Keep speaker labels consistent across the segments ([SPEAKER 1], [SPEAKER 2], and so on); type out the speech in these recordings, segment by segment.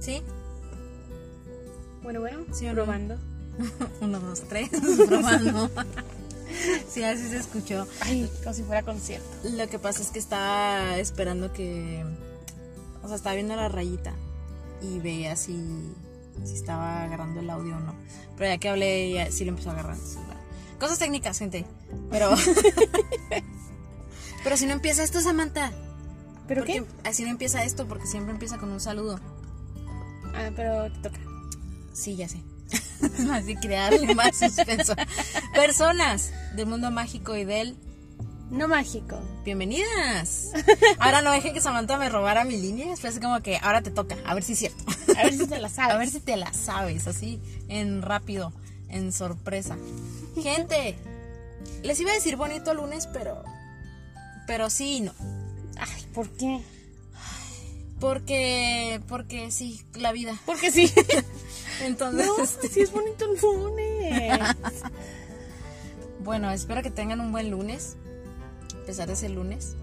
[SPEAKER 1] ¿Sí?
[SPEAKER 2] Bueno, bueno,
[SPEAKER 1] Sí, ¿o no?
[SPEAKER 2] probando.
[SPEAKER 1] Uno, dos, tres, probando. sí, así se escuchó.
[SPEAKER 2] Ay, como si fuera concierto.
[SPEAKER 1] Lo que pasa es que estaba esperando que. O sea, estaba viendo la rayita y veía si, si estaba agarrando el audio o no. Pero ya que hablé, ya sí lo empezó a agarrar. sí, va. Cosas técnicas, gente. Pero. Pero si no empieza esto, Samantha.
[SPEAKER 2] ¿Pero
[SPEAKER 1] Porque
[SPEAKER 2] qué?
[SPEAKER 1] Así no empieza esto, porque siempre empieza con un saludo.
[SPEAKER 2] Ah, pero te toca.
[SPEAKER 1] Sí, ya sé. así quería darle más suspenso. Personas del mundo mágico y del
[SPEAKER 2] No mágico.
[SPEAKER 1] Bienvenidas. Ahora no dejen que Samantha me robara mi línea. Es así como que ahora te toca. A ver si es cierto.
[SPEAKER 2] A ver si te la sabes.
[SPEAKER 1] A ver si te la sabes. Así en rápido. En sorpresa. Gente. Les iba a decir bonito lunes, pero. Pero sí y no.
[SPEAKER 2] Ay, ¿por qué?
[SPEAKER 1] Porque. Porque sí, la vida.
[SPEAKER 2] Porque sí.
[SPEAKER 1] Entonces.
[SPEAKER 2] no, sí es bonito el lunes.
[SPEAKER 1] Bueno, espero que tengan un buen lunes, a pesar de ser lunes,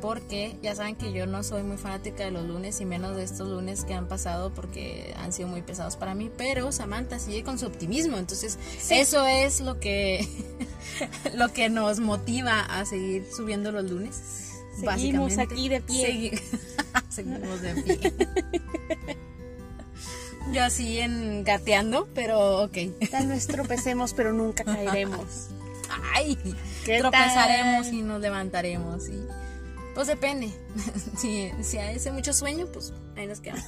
[SPEAKER 1] porque ya saben que yo no soy muy fanática de los lunes y menos de estos lunes que han pasado porque han sido muy pesados para mí, pero Samantha sigue con su optimismo, entonces
[SPEAKER 2] Sí.
[SPEAKER 1] eso es lo que, lo que nos motiva a seguir subiendo los lunes.
[SPEAKER 2] Seguimos
[SPEAKER 1] básicamente.
[SPEAKER 2] aquí de pie.
[SPEAKER 1] Segui- Seguimos de pie. Yo así en gateando, pero ok.
[SPEAKER 2] Tal vez tropecemos, pero nunca caeremos.
[SPEAKER 1] ¡Ay!
[SPEAKER 2] ¿Qué
[SPEAKER 1] tropezaremos
[SPEAKER 2] tal?
[SPEAKER 1] y nos levantaremos. Y, pues depende. si, si hace mucho sueño, pues ahí nos quedamos.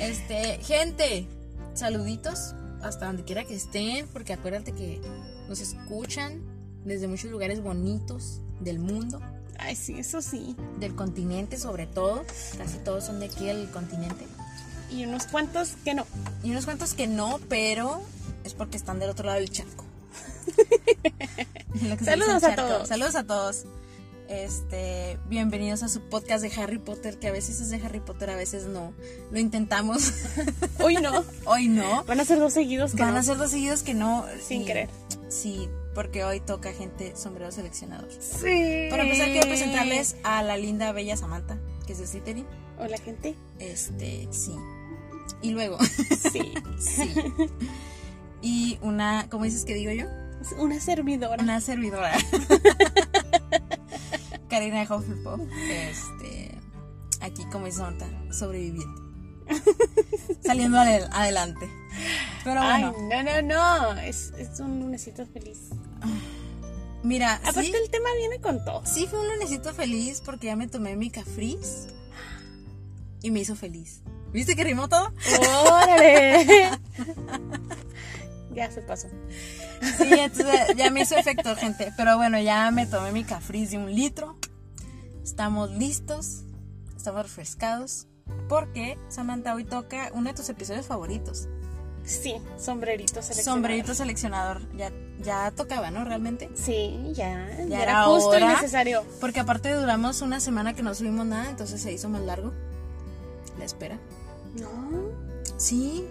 [SPEAKER 1] este, gente, saluditos hasta donde quiera que estén, porque acuérdate que nos escuchan desde muchos lugares bonitos del mundo,
[SPEAKER 2] Ay, sí, eso sí.
[SPEAKER 1] del continente sobre todo. Casi todos son de aquí del continente.
[SPEAKER 2] Y unos cuantos que no.
[SPEAKER 1] Y unos cuantos que no, pero es porque están del otro lado del charco. Lo que se
[SPEAKER 2] Saludos
[SPEAKER 1] dice
[SPEAKER 2] a
[SPEAKER 1] charco.
[SPEAKER 2] todos.
[SPEAKER 1] Saludos a todos. Este, bienvenidos a su podcast de Harry Potter, que a veces es de Harry Potter, a veces no. Lo intentamos.
[SPEAKER 2] Hoy no.
[SPEAKER 1] hoy no.
[SPEAKER 2] Van a ser dos seguidos que
[SPEAKER 1] Van
[SPEAKER 2] no.
[SPEAKER 1] a ser dos seguidos que no.
[SPEAKER 2] Sin
[SPEAKER 1] Y-
[SPEAKER 2] querer.
[SPEAKER 1] Sí, porque hoy toca gente sombrero seleccionador.
[SPEAKER 2] Sí.
[SPEAKER 1] Para empezar, quiero presentarles a la linda, bella Samantha, que es de Slytherin.
[SPEAKER 2] Hola, gente.
[SPEAKER 1] Este, sí. Y luego,
[SPEAKER 2] Sí.
[SPEAKER 1] sí. Y una, ¿cómo dices que digo yo?
[SPEAKER 2] Es Una servidora.
[SPEAKER 1] Una servidora. Karina de Hufflepuff. Este. Aquí, como dice Samantha, sobreviviente. Saliendo adel- adelante. Pero
[SPEAKER 2] Ay,
[SPEAKER 1] bueno,
[SPEAKER 2] no, no, no. Es, es un lunesito feliz. Ah,
[SPEAKER 1] mira,
[SPEAKER 2] Aparte,
[SPEAKER 1] sí,
[SPEAKER 2] el tema viene con todo.
[SPEAKER 1] sí fue un lunesito feliz porque ya me tomé mi cafriz y me hizo feliz. ¿Viste que rimó todo?
[SPEAKER 2] ¡Órale! ya se pasó.
[SPEAKER 1] Sí, entonces ya me hizo efecto, gente. Pero bueno, ya me tomé mi cafriz de un litro. Estamos listos, estamos refrescados. Porque, Samantha, hoy toca uno de tus episodios favoritos.
[SPEAKER 2] Sí, sombrerito seleccionado.
[SPEAKER 1] Sombrerito seleccionador. Ya, ya tocaba, ¿no? Realmente.
[SPEAKER 2] Sí, ya. Ya,
[SPEAKER 1] Ya
[SPEAKER 2] era
[SPEAKER 1] era
[SPEAKER 2] justo y
[SPEAKER 1] hora.
[SPEAKER 2] necesario.
[SPEAKER 1] Porque aparte duramos una semana que no subimos nada, entonces se hizo más largo. La espera.
[SPEAKER 2] No.
[SPEAKER 1] Sí.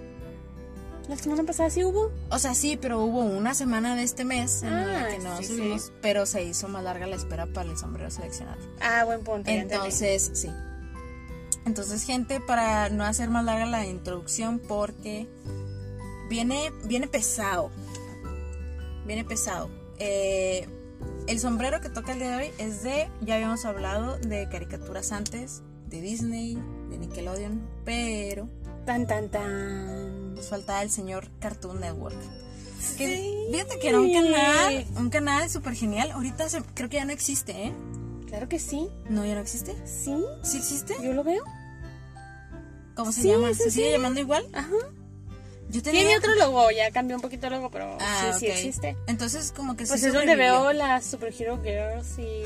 [SPEAKER 2] La semana pasada sí hubo.
[SPEAKER 1] O sea, sí, pero hubo una semana de este mes en la
[SPEAKER 2] Ah,
[SPEAKER 1] que no
[SPEAKER 2] sí, sí.
[SPEAKER 1] subimos, pero se hizo más larga la espera para el sombrero seleccionador.
[SPEAKER 2] Ah, buen punto. ya entendí.
[SPEAKER 1] Entonces, sí. Entonces, gente, para no hacer más larga la introducción, porque viene, viene pesado. Viene pesado. Eh, el sombrero que toca el día de hoy es de, ya habíamos hablado de caricaturas antes, de Disney, de Nickelodeon, pero
[SPEAKER 2] Tan, tan, tan.
[SPEAKER 1] nos faltaba el señor Cartoon Network. Que,
[SPEAKER 2] Sí.
[SPEAKER 1] Fíjate que era un canal, un canal súper genial. Ahorita se- creo que ya no existe, ¿eh?
[SPEAKER 2] Claro que sí.
[SPEAKER 1] No, ya no existe.
[SPEAKER 2] Sí.
[SPEAKER 1] ¿Sí existe?
[SPEAKER 2] Yo lo veo.
[SPEAKER 1] ¿Cómo se
[SPEAKER 2] Sí,
[SPEAKER 1] llama?
[SPEAKER 2] sí,
[SPEAKER 1] ¿Se sigue
[SPEAKER 2] sí.
[SPEAKER 1] llamando igual?
[SPEAKER 2] Ajá.
[SPEAKER 1] Yo tenía.
[SPEAKER 2] Tiene otro logo. Ya cambió un poquito el logo, pero
[SPEAKER 1] Ah,
[SPEAKER 2] sí,
[SPEAKER 1] ok.
[SPEAKER 2] sí existe.
[SPEAKER 1] Entonces, como que
[SPEAKER 2] Pues
[SPEAKER 1] sí
[SPEAKER 2] es donde
[SPEAKER 1] sobrevivió.
[SPEAKER 2] veo las Superhero Girls y...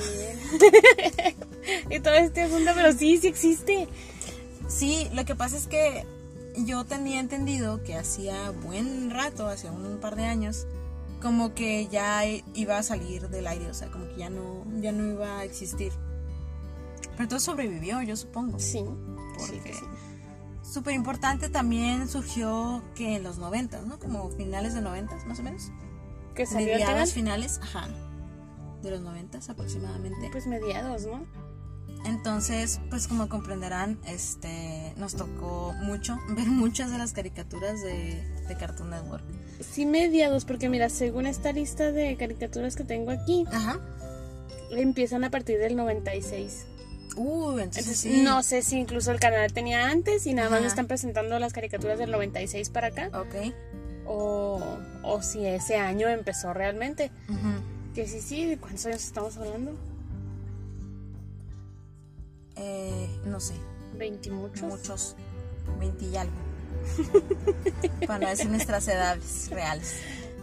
[SPEAKER 2] y todo este asunto, pero sí, sí existe.
[SPEAKER 1] Sí, lo que pasa es que yo tenía entendido que hacía buen rato, hace un par de años, como que ya i- iba a salir del aire, o sea, como que ya no, ya no iba a existir. Pero todo sobrevivió, yo supongo.
[SPEAKER 2] Sí.
[SPEAKER 1] Porque-
[SPEAKER 2] Sí, sí, sí.
[SPEAKER 1] Súper importante también surgió que en los 90, ¿no? Como finales de 90, más o menos.
[SPEAKER 2] Que salió el canal.
[SPEAKER 1] Mediados finales, ajá. De los 90 aproximadamente.
[SPEAKER 2] Pues mediados, ¿no?
[SPEAKER 1] Entonces, pues como comprenderán, este, nos tocó mucho ver muchas de las caricaturas de, de Cartoon Network.
[SPEAKER 2] Sí, mediados, porque mira, según esta lista de caricaturas que tengo aquí,
[SPEAKER 1] Ajá.
[SPEAKER 2] empiezan a partir del 96.
[SPEAKER 1] Uh, entonces,
[SPEAKER 2] Entonces,
[SPEAKER 1] sí.
[SPEAKER 2] no sé si incluso el canal tenía antes y nada más
[SPEAKER 1] Ajá.
[SPEAKER 2] me están presentando las caricaturas del 96 para acá,
[SPEAKER 1] Ok.
[SPEAKER 2] o, o si ese año empezó realmente.
[SPEAKER 1] Ujú.
[SPEAKER 2] Que sí, sí, ¿de cuántos años estamos hablando?
[SPEAKER 1] Eh, no sé,
[SPEAKER 2] ¿20 muchos?
[SPEAKER 1] muchos. 20 y algo. Para no decir nuestras edades reales.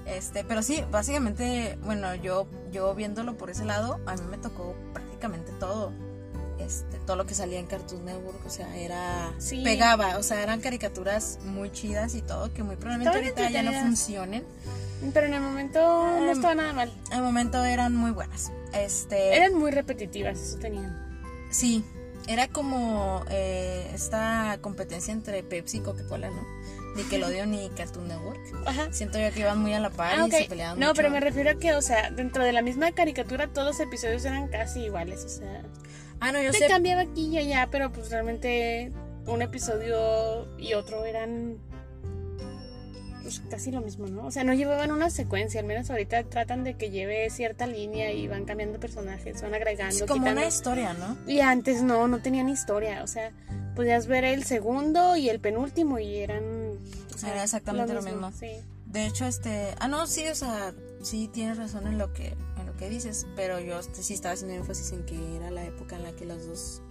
[SPEAKER 1] Este, pero sí, básicamente, bueno, yo, yo viéndolo por ese lado, a mí me tocó prácticamente todo. Este, todo lo que salía en Cartoon Network, o sea, era
[SPEAKER 2] Sí.
[SPEAKER 1] pegaba, o sea, eran caricaturas muy chidas y todo, que muy probablemente
[SPEAKER 2] Estaban
[SPEAKER 1] ahorita ya no
[SPEAKER 2] entretenidas.
[SPEAKER 1] funcionen.
[SPEAKER 2] Pero en el momento no
[SPEAKER 1] Ah,
[SPEAKER 2] estaba nada mal.
[SPEAKER 1] Al momento eran muy buenas. Este,
[SPEAKER 2] Eran muy repetitivas, eso tenían.
[SPEAKER 1] Sí, era como eh, esta competencia entre Pepsi y Coca-Cola, ¿no? Nickelodeon y Cartoon Network.
[SPEAKER 2] Ajá.
[SPEAKER 1] Siento yo que iban muy a la par
[SPEAKER 2] Ah,
[SPEAKER 1] y se
[SPEAKER 2] ok.
[SPEAKER 1] peleaban
[SPEAKER 2] No,
[SPEAKER 1] mucho.
[SPEAKER 2] pero me refiero a que, o sea, dentro de la misma caricatura todos los episodios eran casi iguales, o sea,
[SPEAKER 1] Ah, no, yo
[SPEAKER 2] se
[SPEAKER 1] sé.
[SPEAKER 2] cambiaba aquí y allá, pero pues realmente un episodio y otro eran pues, casi lo mismo, ¿no? O sea, no llevaban una secuencia, al menos ahorita tratan de que lleve cierta línea y van cambiando personajes, van agregando,
[SPEAKER 1] Es como
[SPEAKER 2] quitando.
[SPEAKER 1] una historia, ¿no?
[SPEAKER 2] Y antes no, no tenían historia, o sea, podías ver el segundo y el penúltimo y eran... o sea,
[SPEAKER 1] Era exactamente lo mismo.
[SPEAKER 2] Sí.
[SPEAKER 1] De hecho, este. Ah, no, sí, o sea, sí tienes razón en lo que, en lo que dices, pero yo este, sí estaba haciendo énfasis en que era la época en la que las dos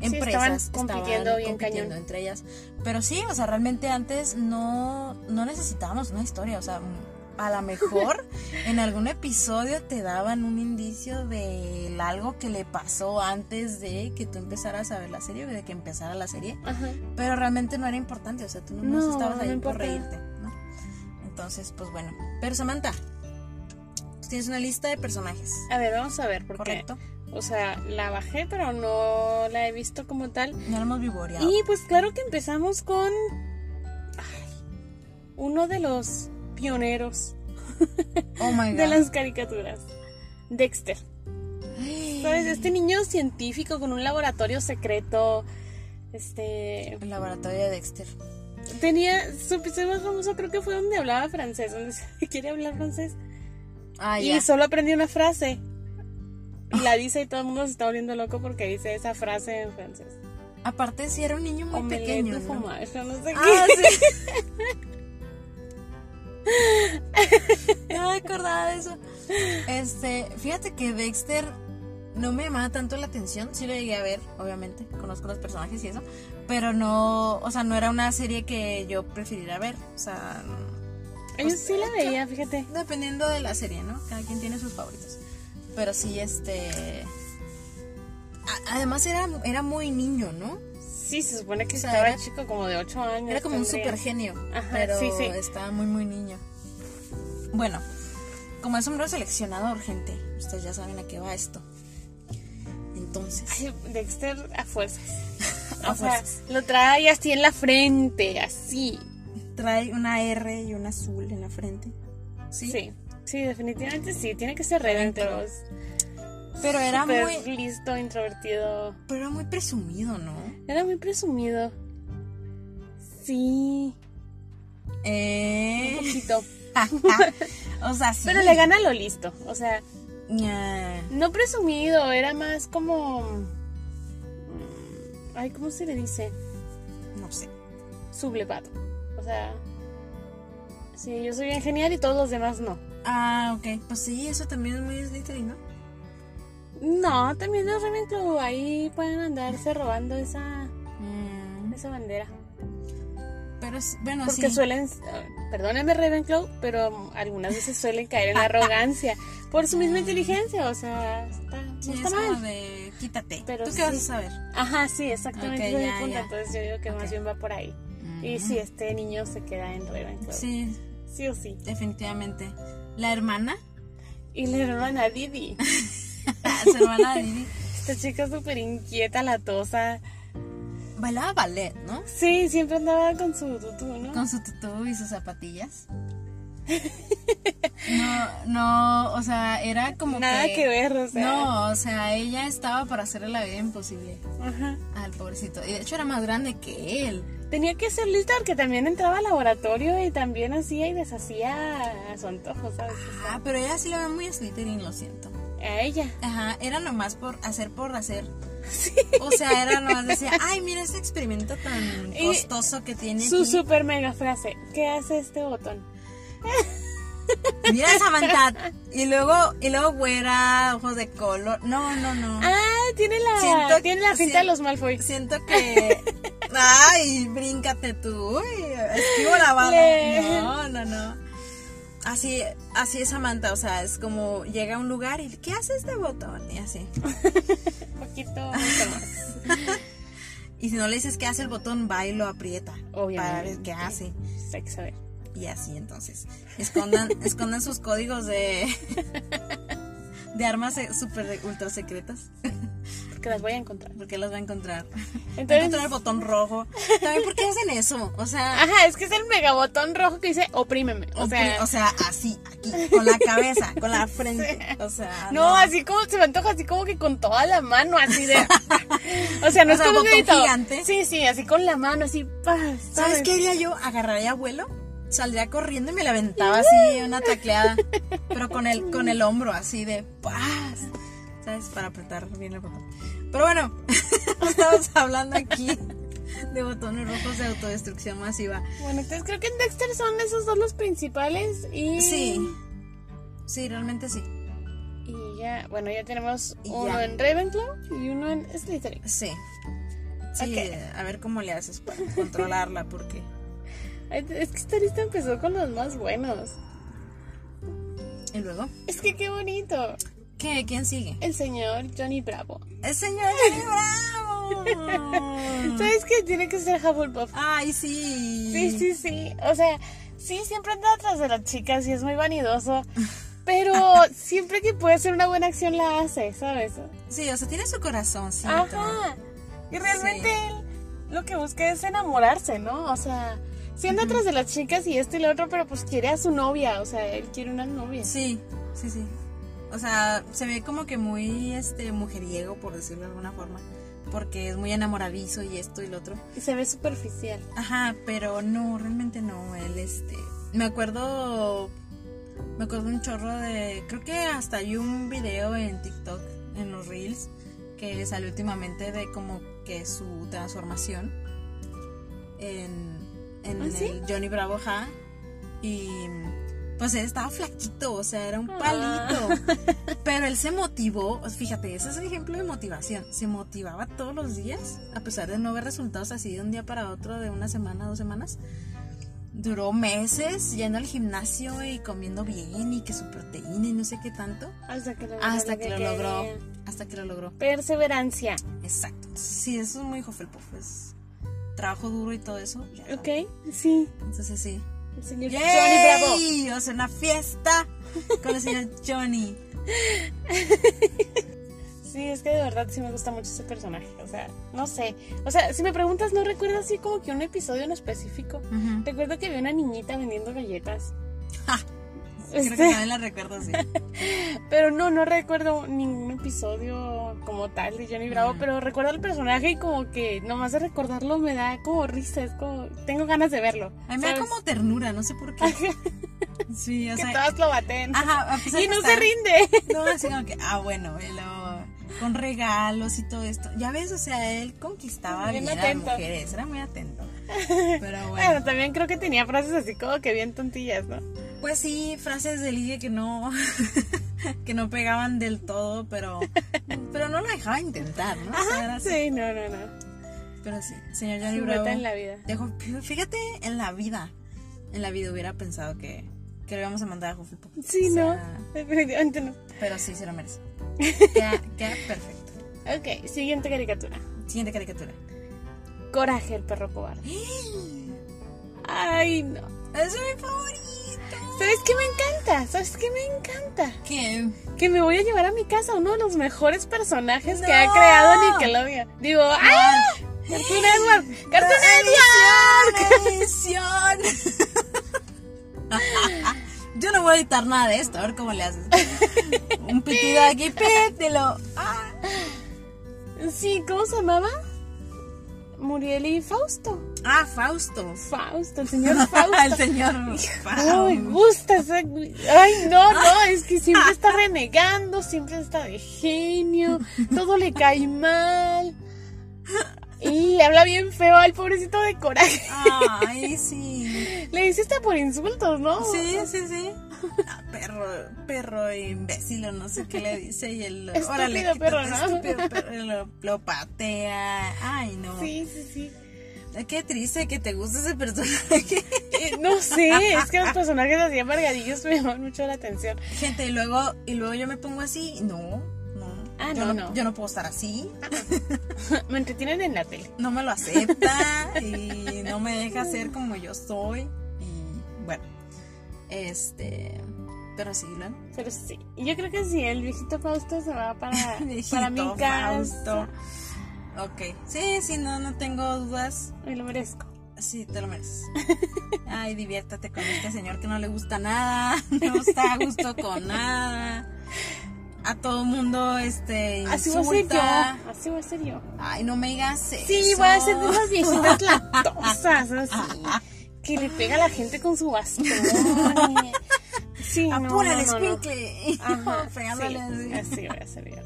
[SPEAKER 2] estaban
[SPEAKER 1] empresas estaban compitiendo,
[SPEAKER 2] compitiendo bien cañón.
[SPEAKER 1] entre ellas. Pero sí, o sea, realmente antes no, no necesitábamos una historia, o sea. A lo mejor en algún episodio te daban un indicio de algo que le pasó antes de que tú empezaras a ver la serie o de que empezara la serie.
[SPEAKER 2] Ajá.
[SPEAKER 1] Pero realmente no era importante, o sea, tú nomás
[SPEAKER 2] No,
[SPEAKER 1] estabas
[SPEAKER 2] no
[SPEAKER 1] ahí por
[SPEAKER 2] importa.
[SPEAKER 1] reírte, ¿no? Entonces, pues bueno. Pero Samantha, tienes una lista de personajes,
[SPEAKER 2] A ver, vamos a ver, porque,
[SPEAKER 1] ¿correcto?
[SPEAKER 2] o sea, la bajé, pero no la he visto como tal.
[SPEAKER 1] Ya lo hemos vivoreado.
[SPEAKER 2] Y pues claro que empezamos con ay, uno de los pioneros
[SPEAKER 1] oh my god.
[SPEAKER 2] de las caricaturas, Dexter. ¿Sabes? Este niño científico con un laboratorio secreto, este,
[SPEAKER 1] El laboratorio de Dexter.
[SPEAKER 2] tenía su episodio más famoso, creo que fue donde hablaba francés, donde se quiere hablar francés.
[SPEAKER 1] Ah,
[SPEAKER 2] y
[SPEAKER 1] ya.
[SPEAKER 2] solo aprendió una frase. Y la dice y todo el mundo se está volviendo loco porque dice esa frase en francés.
[SPEAKER 1] Aparte, sí era un niño muy
[SPEAKER 2] Omelette
[SPEAKER 1] pequeño.
[SPEAKER 2] de
[SPEAKER 1] ¿no?
[SPEAKER 2] fromage, o no sé qué.
[SPEAKER 1] Ah, sí. no me acordaba de eso. Este, fíjate que Dexter no me llamaba tanto la atención. Sí lo llegué a ver, obviamente. Conozco los personajes y eso. Pero no, o sea, no era una serie que yo preferiría ver. O sea,
[SPEAKER 2] Yo sí la veía, fíjate.
[SPEAKER 1] dependiendo de la serie, ¿no? Cada quien tiene sus favoritos. Pero sí, este. a- Además era, era muy niño, ¿no?
[SPEAKER 2] Sí, se supone que
[SPEAKER 1] O sea,
[SPEAKER 2] estaba
[SPEAKER 1] era-
[SPEAKER 2] chico como de 8 años.
[SPEAKER 1] Era como un
[SPEAKER 2] tendría.
[SPEAKER 1] super genio,
[SPEAKER 2] Este, Ajá,
[SPEAKER 1] pero
[SPEAKER 2] sí, sí.
[SPEAKER 1] estaba muy, muy niño. Bueno, como es un número seleccionado urgente, ustedes ya saben a qué va esto. Entonces,
[SPEAKER 2] Ay, Dexter a fuerzas.
[SPEAKER 1] A
[SPEAKER 2] o sea,
[SPEAKER 1] fuerzas.
[SPEAKER 2] lo trae así en la frente, así.
[SPEAKER 1] trae una R y un azul en la frente. Sí.
[SPEAKER 2] Sí. Sí, definitivamente sí. Tiene que ser re
[SPEAKER 1] Dentro.
[SPEAKER 2] dentro.
[SPEAKER 1] Pero era
[SPEAKER 2] Súper
[SPEAKER 1] muy
[SPEAKER 2] listo, introvertido.
[SPEAKER 1] pero era muy presumido, ¿no?
[SPEAKER 2] Era muy presumido. Sí, un
[SPEAKER 1] Eh.
[SPEAKER 2] poquito.
[SPEAKER 1] o sea, sí.
[SPEAKER 2] Pero le gana lo listo. O sea,
[SPEAKER 1] Ña.
[SPEAKER 2] no presumido, era más como. mm, Ay, ¿cómo se le dice?
[SPEAKER 1] No sé.
[SPEAKER 2] sublevado. O sea, sí, yo soy bien genial y todos los demás no.
[SPEAKER 1] Ah, ok. Pues sí, eso también es muy Slytherin, ¿no?
[SPEAKER 2] No, también los Ravenclaw ahí pueden andarse robando esa,
[SPEAKER 1] Mm,
[SPEAKER 2] esa bandera.
[SPEAKER 1] Pero es- bueno,
[SPEAKER 2] Porque
[SPEAKER 1] Ah, sí.
[SPEAKER 2] suelen, eh, perdónenme Ravenclaw, pero mm, algunas veces suelen caer en la arrogancia por su misma inteligencia, o sea, está, no
[SPEAKER 1] Sí,
[SPEAKER 2] está
[SPEAKER 1] es como
[SPEAKER 2] mal.
[SPEAKER 1] de quítate.
[SPEAKER 2] Pero
[SPEAKER 1] ¿Tú qué
[SPEAKER 2] sí.
[SPEAKER 1] vas a saber?
[SPEAKER 2] Ajá, sí, exactamente.
[SPEAKER 1] Ok,
[SPEAKER 2] ese es
[SPEAKER 1] ya,
[SPEAKER 2] el punto.
[SPEAKER 1] ya.
[SPEAKER 2] Entonces yo digo que
[SPEAKER 1] Ok.
[SPEAKER 2] más bien va por ahí. Y
[SPEAKER 1] Ujú.
[SPEAKER 2] si este niño se queda en Ravenclaw. Sí.
[SPEAKER 1] Sí,
[SPEAKER 2] o sí.
[SPEAKER 1] definitivamente. La hermana,
[SPEAKER 2] Y la hermana Didi.
[SPEAKER 1] su hermana de Didi,
[SPEAKER 2] Esta chica súper inquieta, latosa.
[SPEAKER 1] bailaba ballet, ¿no?
[SPEAKER 2] Sí, siempre andaba con su tutú, ¿no?
[SPEAKER 1] Con su tutú y sus zapatillas. No, no, o sea, era como
[SPEAKER 2] Nada que ver, o sea.
[SPEAKER 1] No, o sea, ella estaba para hacerle la vida imposible
[SPEAKER 2] Ajá.
[SPEAKER 1] al pobrecito. Y de hecho era más grande que él.
[SPEAKER 2] Tenía que ser lista porque también entraba al laboratorio y también hacía y deshacía a su antojo, ¿sabes? O sea,
[SPEAKER 1] Ah, pero ella sí lo ve muy Slytherin, lo siento.
[SPEAKER 2] a ella.
[SPEAKER 1] Ajá, era nomás por hacer por hacer. O sea, era nomás decía, ay, mira este experimento tan
[SPEAKER 2] Y
[SPEAKER 1] costoso que tiene.
[SPEAKER 2] Su
[SPEAKER 1] aquí.
[SPEAKER 2] super mega frase. ¿Qué hace este botón?
[SPEAKER 1] Mira esa manta. Y luego, y luego güera, ojos de color. No, no, no.
[SPEAKER 2] Ah, tiene la,
[SPEAKER 1] Siento-
[SPEAKER 2] tiene la finta de
[SPEAKER 1] sien-
[SPEAKER 2] los Malfoy.
[SPEAKER 1] Siento que. Ay, bríncate tú. Uy, esquivo la bala.
[SPEAKER 2] Le-
[SPEAKER 1] No, no, no. Así, así es Samantha, o sea, es como llega a un lugar y ¿qué hace este botón? Y así.
[SPEAKER 2] Un poquito más.
[SPEAKER 1] Y si no le dices qué hace el botón, va y lo aprieta. Para ver
[SPEAKER 2] Obviamente.
[SPEAKER 1] qué hace.
[SPEAKER 2] Hay que saber.
[SPEAKER 1] Y así entonces. Escondan, escondan sus códigos de. de armas eh, super ultra secretas.
[SPEAKER 2] Porque las voy a encontrar.
[SPEAKER 1] Porque las va a encontrar. Va a
[SPEAKER 2] Entonces.
[SPEAKER 1] encontrar el botón rojo. También, ¿por qué hacen eso? O sea.
[SPEAKER 2] Ajá, es que es el megabotón rojo que dice oprímeme. Ah, O
[SPEAKER 1] O,
[SPEAKER 2] sea,
[SPEAKER 1] pri- o sea, así, aquí, con la cabeza, con la frente. O sea,
[SPEAKER 2] no, así como se me antoja, así como que con toda la mano, así de. o sea, no
[SPEAKER 1] O
[SPEAKER 2] es
[SPEAKER 1] sea,
[SPEAKER 2] como
[SPEAKER 1] botón
[SPEAKER 2] un dedito.
[SPEAKER 1] gigante.
[SPEAKER 2] Sí, sí, así con la mano, así. pa,
[SPEAKER 1] ¿Sabes qué haría yo? Agarraría a abuelo, saldría corriendo y me la aventaba así, una tacleada. Pero con el, con el hombro, así de ¡paz! ¿Sabes? Para apretar bien el botón. Pero bueno, estamos hablando aquí de botones rojos de autodestrucción masiva.
[SPEAKER 2] Bueno, entonces creo que en Dexter son esos dos los principales y.
[SPEAKER 1] Sí, sí, realmente sí.
[SPEAKER 2] Y ya, bueno, ya tenemos
[SPEAKER 1] Y
[SPEAKER 2] uno
[SPEAKER 1] ya.
[SPEAKER 2] en Ravenclaw y uno en Slytherin.
[SPEAKER 1] Sí. Sí,
[SPEAKER 2] Ok.
[SPEAKER 1] a ver cómo le haces para controlarla, porque.
[SPEAKER 2] Ay, Es que esta lista empezó con los más buenos.
[SPEAKER 1] Y luego,
[SPEAKER 2] Es que qué bonito.
[SPEAKER 1] ¿qué? ¿Quién sigue?
[SPEAKER 2] El señor Johnny Bravo.
[SPEAKER 1] ¡El señor Johnny Bravo!
[SPEAKER 2] ¿Sabes qué? Tiene que ser Hufflepuff.
[SPEAKER 1] ¡Ay, sí!
[SPEAKER 2] Sí, sí, sí. O sea, sí, siempre anda atrás de las chicas y es muy vanidoso. Pero siempre que puede hacer una buena acción la hace, ¿sabes?
[SPEAKER 1] Sí, o sea, tiene su corazón, sí.
[SPEAKER 2] Ajá. Y realmente él lo que busca es enamorarse, ¿no? O sea, sí anda atrás de las chicas y esto y lo otro, pero pues quiere a su novia. O sea, él quiere una novia.
[SPEAKER 1] Sí, sí, sí. O sea, se ve como que muy este mujeriego, por decirlo de alguna forma. Porque es muy enamoradizo y esto y lo otro.
[SPEAKER 2] Y se ve superficial.
[SPEAKER 1] Ajá, pero no, realmente no. Él, este. Me acuerdo. Me acuerdo un chorro de. Creo que hasta hay un video en TikTok, en los Reels, que salió últimamente de como que su transformación en. En
[SPEAKER 2] ¿Ah, sí?
[SPEAKER 1] el Johnny Bravo, ajá. Y. Pues él estaba flaquito, o sea, era un
[SPEAKER 2] Ah.
[SPEAKER 1] palito. Pero él se motivó, fíjate, ese es el ejemplo de motivación. Se motivaba todos los días, a pesar de no ver resultados así de un día para otro, de una semana, dos semanas. Duró meses yendo al gimnasio y comiendo bien y que su proteína y no sé qué tanto.
[SPEAKER 2] Hasta que lo,
[SPEAKER 1] Hasta que lo logró.
[SPEAKER 2] quería.
[SPEAKER 1] Hasta que lo logró.
[SPEAKER 2] Perseverancia.
[SPEAKER 1] Exacto. Sí, eso es muy Hufflepuff. Es trabajo duro y todo eso. ya saben.
[SPEAKER 2] ¿Ok? Sí.
[SPEAKER 1] Entonces sí.
[SPEAKER 2] El señor Johnny
[SPEAKER 1] ¡Yay! O sea, una fiesta con el señor Johnny.
[SPEAKER 2] Bravo. Sí, es que de verdad sí me gusta mucho ese personaje. O sea, no sé. O sea, si me preguntas, no recuerdo así como que un episodio en específico.
[SPEAKER 1] Ujú.
[SPEAKER 2] Recuerdo que vi una niñita vendiendo galletas.
[SPEAKER 1] Ja. Creo que
[SPEAKER 2] Este-
[SPEAKER 1] también la recuerdo así.
[SPEAKER 2] Pero no, no recuerdo ningún episodio como tal de Johnny Bravo,
[SPEAKER 1] Ujú.
[SPEAKER 2] pero recuerdo el personaje y como que nomás de recordarlo me da como risa, es como, tengo ganas de verlo.
[SPEAKER 1] A mí me da
[SPEAKER 2] ¿sabes?
[SPEAKER 1] como ternura, no sé por qué. Sí, o
[SPEAKER 2] que
[SPEAKER 1] sea.
[SPEAKER 2] todas lo baten.
[SPEAKER 1] Ajá, a pesar
[SPEAKER 2] y
[SPEAKER 1] que
[SPEAKER 2] no
[SPEAKER 1] Ah, está-
[SPEAKER 2] se rinde.
[SPEAKER 1] No, así como que, ah, bueno, y luego con regalos y todo esto. Ya ves, o sea, él conquistaba
[SPEAKER 2] Bien
[SPEAKER 1] bien, a las
[SPEAKER 2] atento.
[SPEAKER 1] mujeres, era muy atento. Pero bueno,
[SPEAKER 2] Bueno, también creo que tenía frases así como que bien tontillas, ¿no?
[SPEAKER 1] pues sí, frases de ligue que no, que no pegaban del todo, pero, pero no la dejaba intentar, ¿no? O sea, era así.
[SPEAKER 2] Sí, no, no, no.
[SPEAKER 1] Pero sí, señor Johnny
[SPEAKER 2] Su
[SPEAKER 1] Bravo.
[SPEAKER 2] meta en la vida.
[SPEAKER 1] Dejo, fíjate en la vida. En la vida hubiera pensado que, que lo íbamos a mandar a Hufflepuff.
[SPEAKER 2] Sí,
[SPEAKER 1] O sea,
[SPEAKER 2] no. Definitivamente no.
[SPEAKER 1] Pero sí, se lo merece. Queda, queda perfecto.
[SPEAKER 2] Ok, siguiente caricatura.
[SPEAKER 1] Siguiente caricatura.
[SPEAKER 2] Coraje, el perro cobarde. Ay, no.
[SPEAKER 1] ¡Eh! ¡Es mi favorito!
[SPEAKER 2] ¿Sabes qué me encanta? ¿Sabes qué me encanta?
[SPEAKER 1] ¿Qué?
[SPEAKER 2] Que me voy a llevar a mi casa uno de los mejores personajes que
[SPEAKER 1] ¡No!
[SPEAKER 2] ha creado Nickelodeon. Digo, ¡ah! Cartoon Network. Cartoon Network.
[SPEAKER 1] edición! yo no voy a editar nada de esto, a ver cómo le haces. Un pitido aquí, pítelo. Ah.
[SPEAKER 2] Sí, ¿cómo se llamaba? Muriel y Fausto.
[SPEAKER 1] Ah, Fausto.
[SPEAKER 2] Fausto, el señor Fausto.
[SPEAKER 1] El señor
[SPEAKER 2] No me
[SPEAKER 1] Fausto.
[SPEAKER 2] gusta esa- Ay, no, no, es que siempre está renegando, siempre está de genio, todo le cae mal. Y le habla bien feo al pobrecito de coraje.
[SPEAKER 1] Ay, sí.
[SPEAKER 2] Le dice hasta por insultos, ¿no?
[SPEAKER 1] Sí, sí, sí. Ah, perro, perro imbécil o no sé qué le dice y el
[SPEAKER 2] Estúpido
[SPEAKER 1] quítate,
[SPEAKER 2] perro, ¿no?
[SPEAKER 1] estúpido perro, y lo, lo patea. Ay, no.
[SPEAKER 2] Sí, sí, sí.
[SPEAKER 1] Qué triste que te guste ese personaje.
[SPEAKER 2] Eh, no sé, es que los personajes así amargadillos me llaman mucho la atención.
[SPEAKER 1] Gente, y luego, y luego yo me pongo así. No, no.
[SPEAKER 2] Ah,
[SPEAKER 1] yo
[SPEAKER 2] no,
[SPEAKER 1] no.
[SPEAKER 2] no.
[SPEAKER 1] Yo no puedo estar así.
[SPEAKER 2] Me entretienen en la tele.
[SPEAKER 1] No me lo acepta y no me deja ser como yo soy. Y bueno, este. Pero sí, lo
[SPEAKER 2] Pero sí, yo creo que sí, el viejito Fausto se va para,
[SPEAKER 1] Viejito
[SPEAKER 2] para mi casa.
[SPEAKER 1] Fausto. Ok. Sí, sí, no, no tengo dudas.
[SPEAKER 2] Me lo merezco.
[SPEAKER 1] Sí, te lo mereces. Ay, diviértete con este señor que no le gusta nada, no está a gusto con nada. A todo mundo, este,
[SPEAKER 2] Así voy a ser
[SPEAKER 1] insulta.
[SPEAKER 2] yo. Así voy a ser yo.
[SPEAKER 1] Ay, no me digas eso.
[SPEAKER 2] Sí, voy a ser de esas viejitas latosas, así. Que le pega a la gente con su bastón. Sí, no,
[SPEAKER 1] Apúrale,
[SPEAKER 2] no, no, no.
[SPEAKER 1] escuincle.
[SPEAKER 2] Ajá,
[SPEAKER 1] Pegándole
[SPEAKER 2] sí,
[SPEAKER 1] así.
[SPEAKER 2] así voy a ser yo.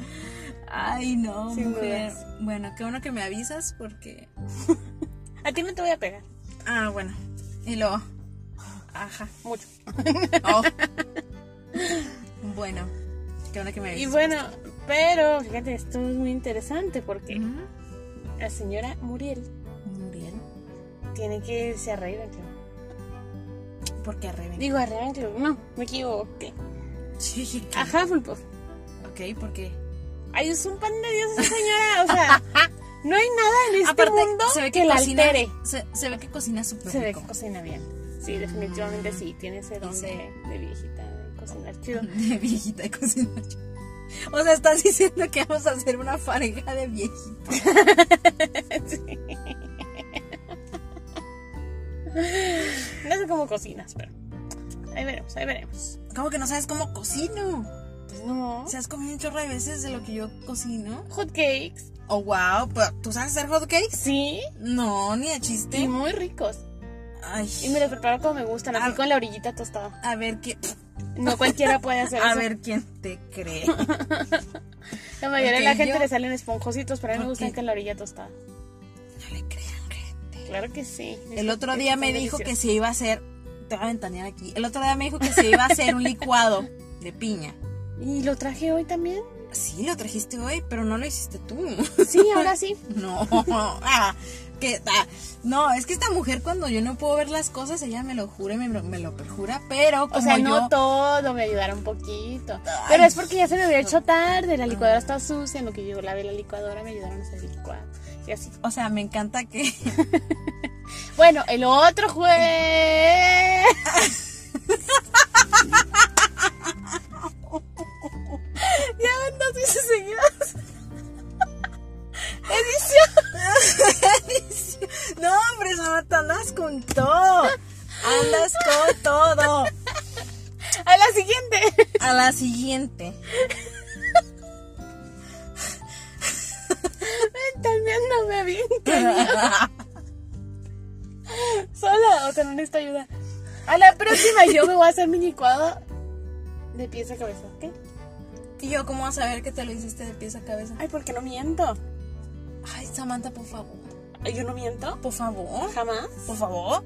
[SPEAKER 1] Ay, no,
[SPEAKER 2] Sin
[SPEAKER 1] mujer.
[SPEAKER 2] dudas.
[SPEAKER 1] Bueno, qué bueno que me avisas porque.
[SPEAKER 2] A ti no te voy a pegar.
[SPEAKER 1] Ah, bueno. Y luego. Ajá.
[SPEAKER 2] Mucho.
[SPEAKER 1] Oh. bueno, qué bueno que me
[SPEAKER 2] Y
[SPEAKER 1] avisas.
[SPEAKER 2] bueno, pero fíjate, esto es muy interesante porque
[SPEAKER 1] Ujú.
[SPEAKER 2] la señora Muriel
[SPEAKER 1] Muriel.
[SPEAKER 2] tiene que irse a Ravenclaw.
[SPEAKER 1] Porque arreven.
[SPEAKER 2] Digo, a Ravenclaw, no, me equivoqué.
[SPEAKER 1] Sí,
[SPEAKER 2] A Hufflepuff.
[SPEAKER 1] Ok, ¿por qué?
[SPEAKER 2] Ay, es un pan de Dios esa señora. O sea, no hay nada en este mundo que, la
[SPEAKER 1] cocina,
[SPEAKER 2] altere.
[SPEAKER 1] Se, se ve que cocina súper
[SPEAKER 2] Se ve
[SPEAKER 1] rico.
[SPEAKER 2] que cocina bien. Sí, definitivamente sí. Tiene ese don
[SPEAKER 1] Sí.
[SPEAKER 2] de, de viejita, de cocinar chido.
[SPEAKER 1] De viejita de cocina. O sea, estás diciendo que vamos a hacer una pareja de viejitos.
[SPEAKER 2] No sé cómo cocinas, pero. Ahí veremos, ahí veremos.
[SPEAKER 1] ¿Cómo que no sabes cómo cocino?
[SPEAKER 2] Pues no.
[SPEAKER 1] ¿Se has comido un chorro de veces de lo que yo cocino?
[SPEAKER 2] Hot cakes.
[SPEAKER 1] Oh, wow, pero ¿tú sabes hacer hot cakes?
[SPEAKER 2] Sí.
[SPEAKER 1] No, ni de chiste.
[SPEAKER 2] Y muy ricos.
[SPEAKER 1] Ay.
[SPEAKER 2] Y me los preparo como me gustan, así
[SPEAKER 1] Ah.
[SPEAKER 2] con la orillita tostada.
[SPEAKER 1] A ver qué.
[SPEAKER 2] No cualquiera puede hacer
[SPEAKER 1] A
[SPEAKER 2] eso.
[SPEAKER 1] ver quién te cree.
[SPEAKER 2] la mayoría de la
[SPEAKER 1] porque
[SPEAKER 2] gente
[SPEAKER 1] yo-
[SPEAKER 2] le salen esponjositos, pero a mí me
[SPEAKER 1] porque-
[SPEAKER 2] gustan con la orilla tostada.
[SPEAKER 1] No le crean, gente.
[SPEAKER 2] Claro que sí.
[SPEAKER 1] El otro día me dijo que
[SPEAKER 2] sí.
[SPEAKER 1] se iba a hacer. Te voy a ventanear aquí. El otro día me dijo que se iba a hacer un licuado de piña.
[SPEAKER 2] Y lo traje hoy también.
[SPEAKER 1] Sí, lo trajiste hoy, pero no lo hiciste tú.
[SPEAKER 2] Sí, ahora sí.
[SPEAKER 1] No. Ah, que, ah, no, es que esta mujer cuando yo no puedo ver las cosas, ella me lo jura y me, lo- me lo perjura, pero como
[SPEAKER 2] O sea, no
[SPEAKER 1] yo...
[SPEAKER 2] todo, me ayudaron un poquito. Pero es porque ya se me había hecho tarde, la licuadora estaba sucia, en lo que yo lavé la licuadora me ayudaron a hacer el licuado. Y así.
[SPEAKER 1] O sea, me encanta que...
[SPEAKER 2] Bueno, el otro jueves.
[SPEAKER 1] ya van dos veces seguidas. Edición. No, hombre, Samantha, andas con todo. Andas con todo.
[SPEAKER 2] A la siguiente.
[SPEAKER 1] A la siguiente.
[SPEAKER 2] También no me aviento. Sola, o sea, no necesito ayuda. A la próxima yo me voy a hacer mi licuado de pies a cabeza, ¿ok?
[SPEAKER 1] ¿Y yo cómo vas a saber que te lo hiciste de pies a cabeza?
[SPEAKER 2] Ay, ¿por qué no miento?
[SPEAKER 1] Ay, Samantha, por favor.
[SPEAKER 2] Ay, ¿Yo no miento?
[SPEAKER 1] Por favor.
[SPEAKER 2] Jamás.
[SPEAKER 1] Por favor.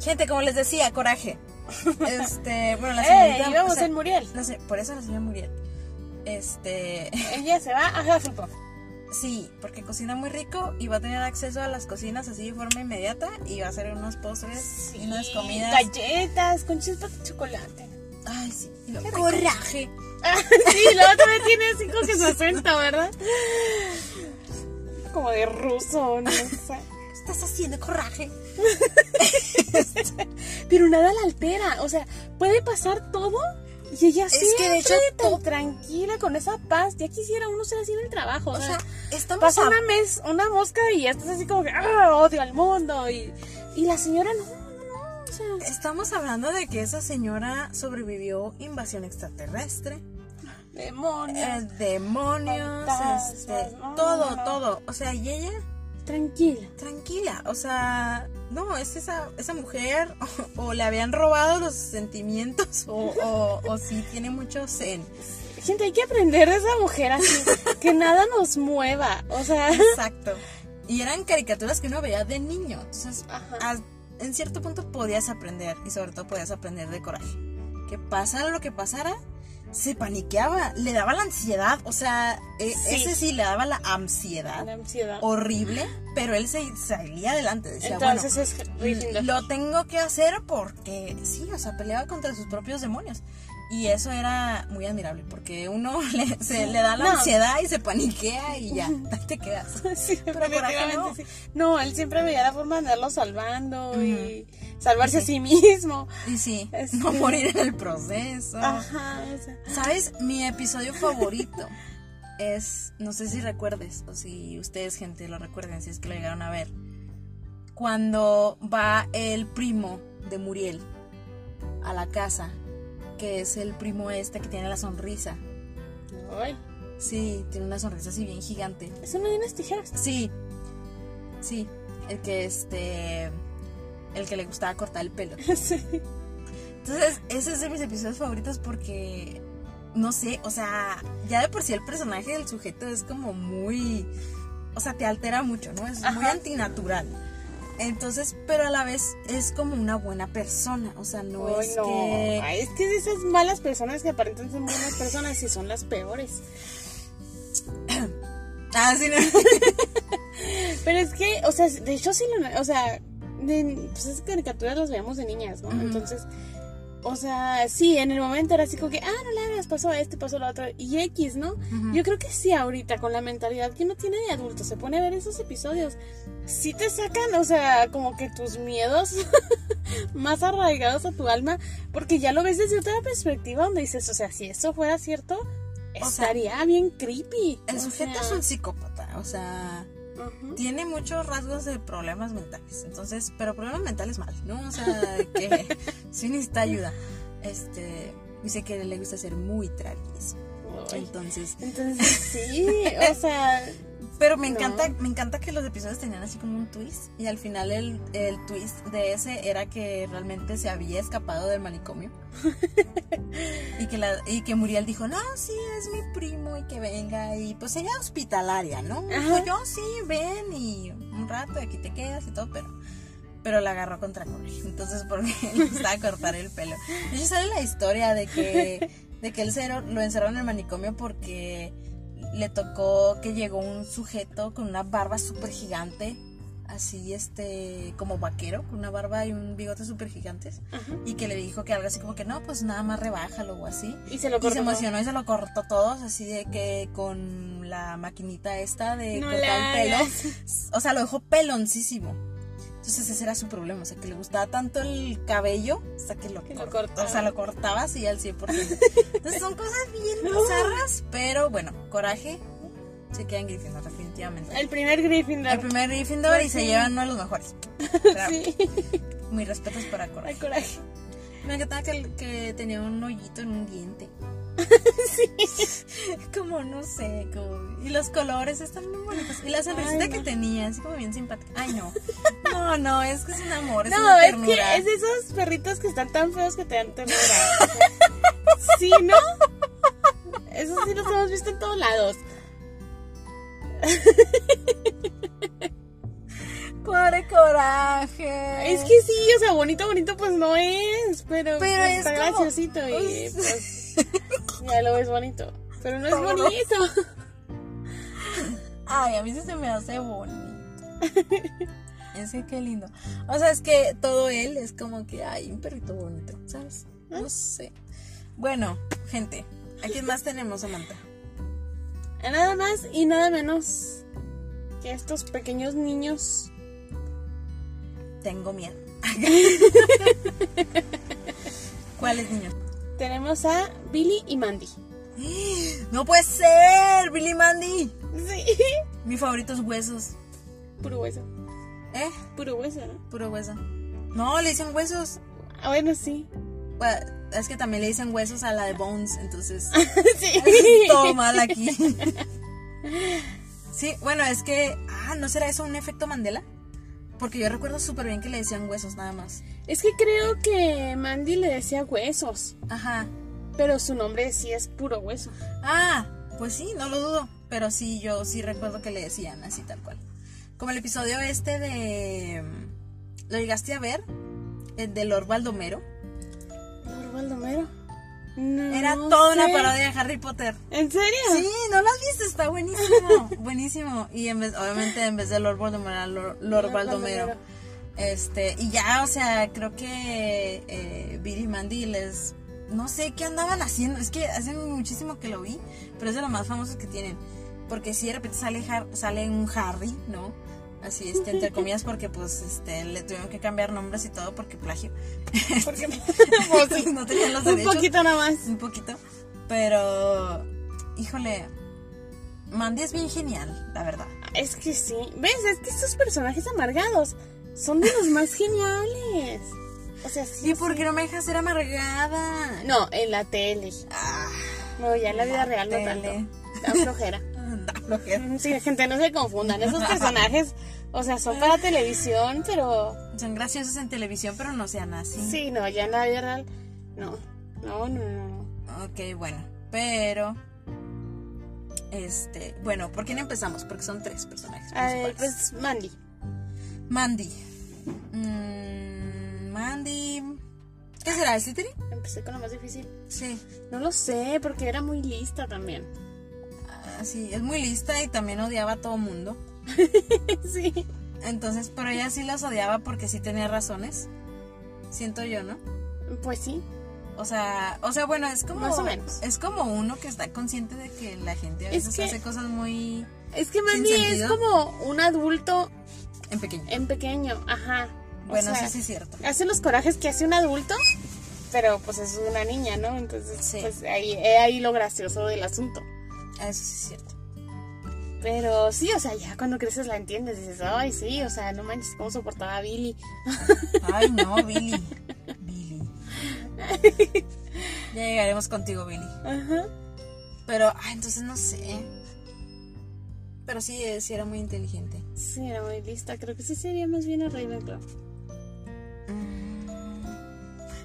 [SPEAKER 1] Gente, como les decía, coraje. Este, bueno, la
[SPEAKER 2] Eh,
[SPEAKER 1] señorita.
[SPEAKER 2] íbamos
[SPEAKER 1] o sea,
[SPEAKER 2] en Muriel.
[SPEAKER 1] no sé, por eso la señora Muriel. Este,
[SPEAKER 2] Ella se va a Hufflepuff.
[SPEAKER 1] sí, porque cocina muy rico y va a tener acceso a las cocinas así de forma inmediata y va a hacer unos postres y unas
[SPEAKER 2] Sí,
[SPEAKER 1] comidas.
[SPEAKER 2] Galletas con chispas de chocolate.
[SPEAKER 1] Ay, sí. y lo- Coraje.
[SPEAKER 2] Ah, sí, la otra vez tiene así como que su acento, ¿verdad? Como de ruso, no sé.
[SPEAKER 1] Estás haciendo coraje.
[SPEAKER 2] Pero nada la altera. O sea, puede pasar todo y ella
[SPEAKER 1] Es
[SPEAKER 2] sí
[SPEAKER 1] que de hecho todo-
[SPEAKER 2] tranquila con esa paz. Ya quisiera uno ser así en el trabajo. O,
[SPEAKER 1] O sea,
[SPEAKER 2] sea,
[SPEAKER 1] estamos
[SPEAKER 2] pasa
[SPEAKER 1] a-
[SPEAKER 2] una, mes, una mosca y ya estás así como que "Ah, odio al mundo. Y, y la señora no, no, no. cosa.
[SPEAKER 1] Estamos hablando de que esa señora sobrevivió invasión extraterrestre, eh,
[SPEAKER 2] Demonios.
[SPEAKER 1] demonios,
[SPEAKER 2] Fantasmas,
[SPEAKER 1] este,
[SPEAKER 2] no,
[SPEAKER 1] todo,
[SPEAKER 2] no.
[SPEAKER 1] todo. O sea, y ella
[SPEAKER 2] Eh, Tranquila.
[SPEAKER 1] tranquila, o sea, no, es esa, esa mujer o, o le habían robado los sentimientos o, o, o sí tiene mucho zen.
[SPEAKER 2] Gente, hay que aprender de esa mujer así. que nada nos mueva. O sea.
[SPEAKER 1] Exacto. Y eran caricaturas que uno veía de niño, entonces
[SPEAKER 2] Ajá.
[SPEAKER 1] a- en cierto punto podías aprender y sobre todo podías aprender de coraje. Que pasara lo que pasara, se paniqueaba, le daba la ansiedad, o sea, e-
[SPEAKER 2] Sí.
[SPEAKER 1] ese sí le daba la ansiedad
[SPEAKER 2] La ansiedad.
[SPEAKER 1] horrible, pero él se salía adelante, decía, bueno, mm,
[SPEAKER 2] Entonces es Gryffindor.
[SPEAKER 1] lo tengo que hacer porque sí, o sea, peleaba contra sus propios demonios. Y eso era muy admirable, porque uno le, se, le da la
[SPEAKER 2] No.
[SPEAKER 1] ansiedad y se paniquea y ya, ahí te quedas.
[SPEAKER 2] Sí, definitivamente
[SPEAKER 1] no.
[SPEAKER 2] sí. No, él siempre veía la forma de andarlo salvando y salvarse a sí mismo.
[SPEAKER 1] Y sí,
[SPEAKER 2] Es
[SPEAKER 1] no
[SPEAKER 2] que-
[SPEAKER 1] morir en el proceso.
[SPEAKER 2] Ajá, o sea,
[SPEAKER 1] ¿Sabes? Mi episodio favorito es, no sé si recuerdes, o si ustedes, gente, lo recuerden, si es que lo llegaron a ver, cuando va el primo de Muriel a la casa, que es el primo este que tiene la sonrisa.
[SPEAKER 2] ay,
[SPEAKER 1] Sí, tiene una sonrisa así bien gigante.
[SPEAKER 2] eso no unas tijeras.
[SPEAKER 1] Sí, sí, el que este, el que le gustaba cortar el pelo.
[SPEAKER 2] Sí.
[SPEAKER 1] Entonces, ese es de mis episodios favoritos porque, no sé, o sea, ya de por sí el personaje del sujeto es como muy, o sea, te altera mucho, ¿no? Es muy
[SPEAKER 2] Ajá.
[SPEAKER 1] antinatural. Entonces, pero a la vez es como una buena persona, o sea, no
[SPEAKER 2] Ay,
[SPEAKER 1] es
[SPEAKER 2] no.
[SPEAKER 1] que...
[SPEAKER 2] Ay, es que es de esas malas personas que aparentan ser buenas personas y son las peores.
[SPEAKER 1] Ah, sí, no.
[SPEAKER 2] Pero es que, o sea, de hecho sí lo... O sea, de- pues esas caricaturas las veíamos de niñas, ¿no?
[SPEAKER 1] Ujú.
[SPEAKER 2] Entonces, o sea, sí, en el momento era así como que, ah, no le hagas, pasó este, pasó lo otro, y X, ¿no?
[SPEAKER 1] Ujú.
[SPEAKER 2] Yo creo que sí, ahorita, con la mentalidad que uno tiene de adulto, se pone a ver esos episodios, sí te sacan, o sea, como que tus miedos más arraigados a tu alma, porque ya lo ves desde otra perspectiva donde dices, o sea, si eso fuera cierto,
[SPEAKER 1] sea,
[SPEAKER 2] estaría bien creepy.
[SPEAKER 1] El
[SPEAKER 2] o
[SPEAKER 1] sujeto
[SPEAKER 2] sea,
[SPEAKER 1] es un psicópata, o sea,
[SPEAKER 2] ujú.
[SPEAKER 1] tiene muchos rasgos de problemas mentales. Entonces, pero problemas mentales mal, ¿no? O sea, de que sí necesita ayuda. Este, dice que le gusta ser muy travieso.
[SPEAKER 2] Ay.
[SPEAKER 1] Entonces,
[SPEAKER 2] Entonces, sí, o sea,
[SPEAKER 1] pero me
[SPEAKER 2] No.
[SPEAKER 1] encanta, me encanta que los episodios tenían así como un twist. Y al final el, el twist de ese era que realmente se había escapado del manicomio. y, que la, y que Muriel dijo, no, sí, es mi primo y que venga. Y pues ella hospitalaria, ¿no? Dijo,
[SPEAKER 2] Ajá.
[SPEAKER 1] yo sí, ven y un rato y aquí te quedas y todo, pero... Pero la agarró contra correo, entonces porque le gustaba cortar el pelo. De hecho, sale la historia de que, de que él se- lo encerró en el manicomio porque le tocó que llegó un sujeto con una barba súper gigante, así este, como vaquero, con una barba y un bigote súper gigantes,
[SPEAKER 2] Ajá.
[SPEAKER 1] y que le dijo que algo así como que no, pues nada más rebájalo o así.
[SPEAKER 2] y se lo
[SPEAKER 1] Y se
[SPEAKER 2] cortó.
[SPEAKER 1] emocionó y se lo cortó todos, así de que con la maquinita esta de
[SPEAKER 2] No
[SPEAKER 1] cortar
[SPEAKER 2] la
[SPEAKER 1] el pelo,
[SPEAKER 2] hagas.
[SPEAKER 1] o sea, lo dejó peloncísimo. Entonces ese era su problema, o sea, que le gustaba tanto el cabello, hasta que lo,
[SPEAKER 2] Que lo
[SPEAKER 1] cort-
[SPEAKER 2] cortaba.
[SPEAKER 1] o sea, lo cortaba así al 100%. Entonces son cosas bien bizarras, pero bueno, coraje, se quedan Gryffindor definitivamente.
[SPEAKER 2] El primer Gryffindor.
[SPEAKER 1] El primer Gryffindor y
[SPEAKER 2] Pues
[SPEAKER 1] se
[SPEAKER 2] sí.
[SPEAKER 1] llevan uno de los mejores. O sea,
[SPEAKER 2] Sí,
[SPEAKER 1] Mis respetos para coraje.
[SPEAKER 2] al coraje.
[SPEAKER 1] Me encantaba que, que tenía un hoyito en un diente. sí. Como, no sé, como... Y los colores están muy bonitos. Y la sonrisita
[SPEAKER 2] Ay, no.
[SPEAKER 1] que tenía, así como bien simpática. Ay, no. No, no, es que es un amor, es
[SPEAKER 2] No,
[SPEAKER 1] una
[SPEAKER 2] es que
[SPEAKER 1] ternura.
[SPEAKER 2] es de esos perritos que están tan feos que te dan ternura. O sea, sí, ¿no? Esos sí los hemos visto en todos lados.
[SPEAKER 1] Pobre coraje.
[SPEAKER 2] Es que sí, o sea, bonito, bonito, pues no es,
[SPEAKER 1] Pero
[SPEAKER 2] pero, pues,
[SPEAKER 1] es
[SPEAKER 2] está
[SPEAKER 1] como-
[SPEAKER 2] graciosito y
[SPEAKER 1] Uy.
[SPEAKER 2] pues ya lo ves bonito. Pero no es
[SPEAKER 1] Vámonos.
[SPEAKER 2] bonito.
[SPEAKER 1] Ay, a mí sí se me hace bonito. Es que qué lindo. O sea, es que todo él es como que hay un perrito bonito, ¿sabes?
[SPEAKER 2] ¿Eh?
[SPEAKER 1] No sé. Bueno, gente, ¿a quién más tenemos, Samantha?
[SPEAKER 2] A nada más y nada menos que estos pequeños niños.
[SPEAKER 1] Tengo miedo. ¿Cuáles niños?
[SPEAKER 2] Tenemos a Billy y Mandy.
[SPEAKER 1] No puede ser, Billy Mandy.
[SPEAKER 2] Sí.
[SPEAKER 1] Mi favorito es huesos.
[SPEAKER 2] Puro hueso.
[SPEAKER 1] ¿Eh?
[SPEAKER 2] Puro hueso, ¿no? Ah,
[SPEAKER 1] Puro hueso. No, le dicen huesos.
[SPEAKER 2] Bueno, sí.
[SPEAKER 1] Bueno, es que también le dicen huesos a la de Bones, entonces.
[SPEAKER 2] sí.
[SPEAKER 1] todo mal aquí. sí, bueno, es que. Ah, ¿no será eso un efecto Mandela? Porque yo recuerdo súper bien que le decían huesos nada más.
[SPEAKER 2] Es que creo que Mandy le decía huesos,
[SPEAKER 1] Ajá.
[SPEAKER 2] pero su nombre sí es puro hueso.
[SPEAKER 1] Ah, pues sí, no lo dudo. Pero sí, yo sí recuerdo que le decían así tal cual. Como el episodio este de. mm, ¿Lo llegaste a ver? El de Lord Baldomero.
[SPEAKER 2] Norvaldo Mero. No
[SPEAKER 1] Era toda una
[SPEAKER 2] sé.
[SPEAKER 1] parodia de Harry Potter.
[SPEAKER 2] ¿En serio?
[SPEAKER 1] Sí, no lo has visto, está buenísimo. buenísimo. Y en vez, obviamente en vez de Lord Baldomero, era Lord, Lord
[SPEAKER 2] Lord
[SPEAKER 1] Baldomero.
[SPEAKER 2] Baldomero.
[SPEAKER 1] Este, y ya, o sea, creo que eh, Billy y Mandy les. No sé qué andaban haciendo. Es que hace muchísimo que lo vi, pero es de los más famosos que tienen. Porque si de repente sale, Har- sale un Harry, ¿no? Así, este, entre comillas, porque pues este, le tuvieron que cambiar nombres y todo porque plagio. Este, pues,
[SPEAKER 2] Porque
[SPEAKER 1] no tenían los
[SPEAKER 2] un
[SPEAKER 1] derechos
[SPEAKER 2] poquito nada más.
[SPEAKER 1] un poquito. Pero, híjole, Mandy es bien genial, la verdad.
[SPEAKER 2] Es que sí. ¿Ves? Es que estos personajes amargados son de los más geniales. O sea, sí.
[SPEAKER 1] ¿Y por qué no me dejas ser amargada?
[SPEAKER 2] No, en la tele.
[SPEAKER 1] Ah,
[SPEAKER 2] No, ya en la vida
[SPEAKER 1] La
[SPEAKER 2] real no
[SPEAKER 1] tele.
[SPEAKER 2] tanto. La flojera.
[SPEAKER 1] da flojera.
[SPEAKER 2] Sí, gente, no se confundan. Esos personajes, o sea, son para televisión, pero
[SPEAKER 1] Son graciosos en televisión, pero no sean así.
[SPEAKER 2] sí, no, ya en la vida real, no. No, no, no, no.
[SPEAKER 1] Ok, bueno, pero... Este, bueno, ¿por quién empezamos? Porque son tres personajes
[SPEAKER 2] Ay,
[SPEAKER 1] principales.
[SPEAKER 2] pues Mandy. pues,
[SPEAKER 1] Mandy. Mm, Mandy... ¿Qué será? ¿Citri?
[SPEAKER 2] Empecé con lo más difícil.
[SPEAKER 1] Sí.
[SPEAKER 2] No lo sé, porque era muy lista también.
[SPEAKER 1] Ah, sí, es muy lista y también odiaba a todo mundo.
[SPEAKER 2] Sí.
[SPEAKER 1] Entonces, pero ella sí los odiaba porque sí tenía razones. Siento yo, ¿no?
[SPEAKER 2] Pues sí.
[SPEAKER 1] O sea, o sea, bueno, es como
[SPEAKER 2] Más o menos.
[SPEAKER 1] es como uno que está consciente de que la gente a
[SPEAKER 2] Es
[SPEAKER 1] veces
[SPEAKER 2] que-
[SPEAKER 1] hace cosas muy
[SPEAKER 2] Es que
[SPEAKER 1] Sin
[SPEAKER 2] Mandy es
[SPEAKER 1] sentido.
[SPEAKER 2] como un adulto
[SPEAKER 1] en pequeño.
[SPEAKER 2] en pequeño, ajá. Eh, O
[SPEAKER 1] bueno,
[SPEAKER 2] sea,
[SPEAKER 1] sí, sí es cierto.
[SPEAKER 2] Hace los corajes que hace un adulto, pero pues es una niña, ¿no? Entonces,
[SPEAKER 1] Sí.
[SPEAKER 2] pues ahí, he ahí lo gracioso del asunto.
[SPEAKER 1] Eso sí es cierto.
[SPEAKER 2] Pero sí, o sea, ya cuando creces la entiendes, dices, ay, sí, o sea, no manches cómo soportaba a Billy.
[SPEAKER 1] Ay, no, Billy. Billy. Ya llegaremos contigo, Billy.
[SPEAKER 2] Ajá.
[SPEAKER 1] Pero, ay, entonces no sé. Pero sí, eh, sí era muy inteligente.
[SPEAKER 2] Sí, era muy lista, creo que sí sería más bien a Ravenclaw.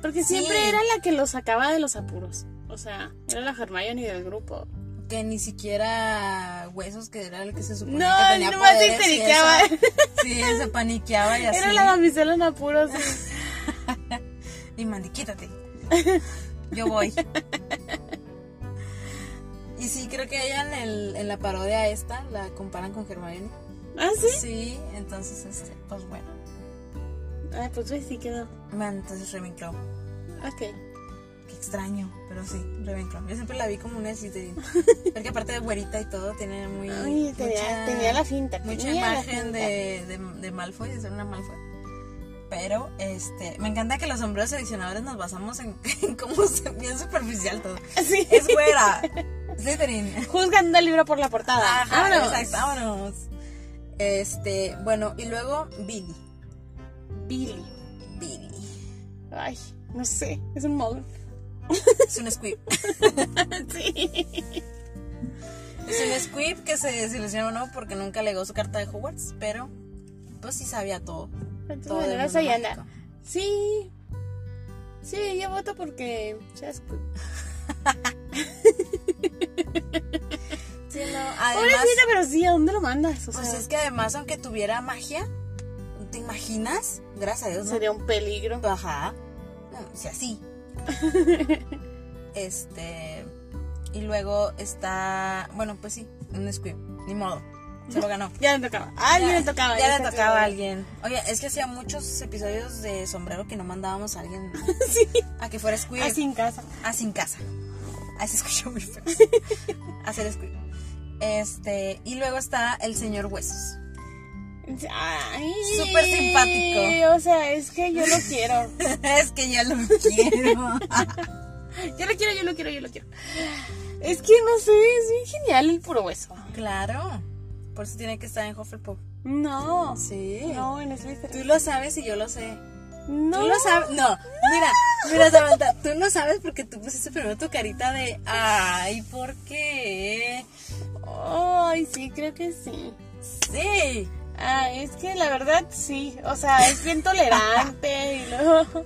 [SPEAKER 2] Porque
[SPEAKER 1] Sí.
[SPEAKER 2] siempre era la que los sacaba de los apuros. O sea, era la Hermione del grupo.
[SPEAKER 1] que ni siquiera huesos que era el que se suponía
[SPEAKER 2] No,
[SPEAKER 1] que tenía
[SPEAKER 2] nomás se
[SPEAKER 1] poderes, y
[SPEAKER 2] histeriqueaba.
[SPEAKER 1] esa- sí se paniqueaba y así
[SPEAKER 2] Era la damisela en apuros.
[SPEAKER 1] y Mandy quítate yo voy y sí creo que ella en, el- en la parodia esta la comparan con Hermione
[SPEAKER 2] ah, sí.
[SPEAKER 1] sí entonces este pues bueno
[SPEAKER 2] Ah, pues ves, sí quedó.
[SPEAKER 1] Man, entonces Ravenclaw
[SPEAKER 2] Ok.
[SPEAKER 1] qué extraño pero sí Ravenclaw yo siempre la vi como una Slytherin porque aparte de güerita y todo tiene muy
[SPEAKER 2] Ay, tenía,
[SPEAKER 1] mucha-
[SPEAKER 2] tenía la finta.
[SPEAKER 1] mucha
[SPEAKER 2] tenía la
[SPEAKER 1] imagen
[SPEAKER 2] finta.
[SPEAKER 1] de, de, de Malfoy, de ser una Malfoy. Pero, este, me encanta que los sombreros seleccionadores nos basamos en, en cómo se bien superficial todo.
[SPEAKER 2] Sí.
[SPEAKER 1] Es güera. Slytherin.
[SPEAKER 2] Juzgando el libro por la portada.
[SPEAKER 1] Ajá,
[SPEAKER 2] Vámonos.
[SPEAKER 1] exacto, vámonos. Este, bueno, y luego Billy.
[SPEAKER 2] Billy.
[SPEAKER 1] Billy.
[SPEAKER 2] Ay, no sé. Es un mogul.
[SPEAKER 1] Es un squib.
[SPEAKER 2] Sí.
[SPEAKER 1] Es un squib que se desilusionó no porque nunca legó su carta de Hogwarts, pero pues sí sabía todo.
[SPEAKER 2] De todas
[SPEAKER 1] Todo del
[SPEAKER 2] maneras,
[SPEAKER 1] mundo
[SPEAKER 2] ahí anda.
[SPEAKER 1] mágico.
[SPEAKER 2] Sí. Sí, yo voto porque seas cu-
[SPEAKER 1] Sí, no, además-
[SPEAKER 2] Pobrecita, pero sí, ¿a dónde lo mandas? O
[SPEAKER 1] Pues
[SPEAKER 2] sea,
[SPEAKER 1] es que además, aunque tuviera magia, ¿te imaginas? Gracias a Dios, ¿no?
[SPEAKER 2] sería un peligro.
[SPEAKER 1] Ajá. No, si así. este. Y luego está. Bueno, pues sí, un Squib. Ni modo. Se lo ganó.
[SPEAKER 2] Ya le tocaba. Ah, ya le tocaba.
[SPEAKER 1] Ya le
[SPEAKER 2] está
[SPEAKER 1] tocaba
[SPEAKER 2] claro.
[SPEAKER 1] a alguien. Oye, es que hacía muchos episodios de sombrero que no mandábamos a alguien
[SPEAKER 2] Sí,
[SPEAKER 1] a que fuera Squib.
[SPEAKER 2] así en casa.
[SPEAKER 1] Así en casa. Así escuchó muy feo. Hacer Squib. Este. Y luego está el señor Huesos.
[SPEAKER 2] Ay,
[SPEAKER 1] Súper simpático.
[SPEAKER 2] O sea, es que yo lo quiero.
[SPEAKER 1] es que yo lo quiero.
[SPEAKER 2] Yo lo quiero, yo lo quiero, yo lo quiero. Es que no sé, es bien genial el puro hueso.
[SPEAKER 1] claro. Por eso tiene que estar en Hufflepuff.
[SPEAKER 2] No.
[SPEAKER 1] Sí.
[SPEAKER 2] No, en
[SPEAKER 1] Tú
[SPEAKER 2] Slytherin.
[SPEAKER 1] lo sabes y yo lo sé.
[SPEAKER 2] No.
[SPEAKER 1] Tú no sabes. No, mira, mira, Samantha, tú no sabes porque tú pusiste primero tu carita de. Ay, ¿por qué?
[SPEAKER 2] Ay, sí, creo que sí.
[SPEAKER 1] Sí.
[SPEAKER 2] Ah, es que la verdad sí. O sea, es bien tolerante y luego.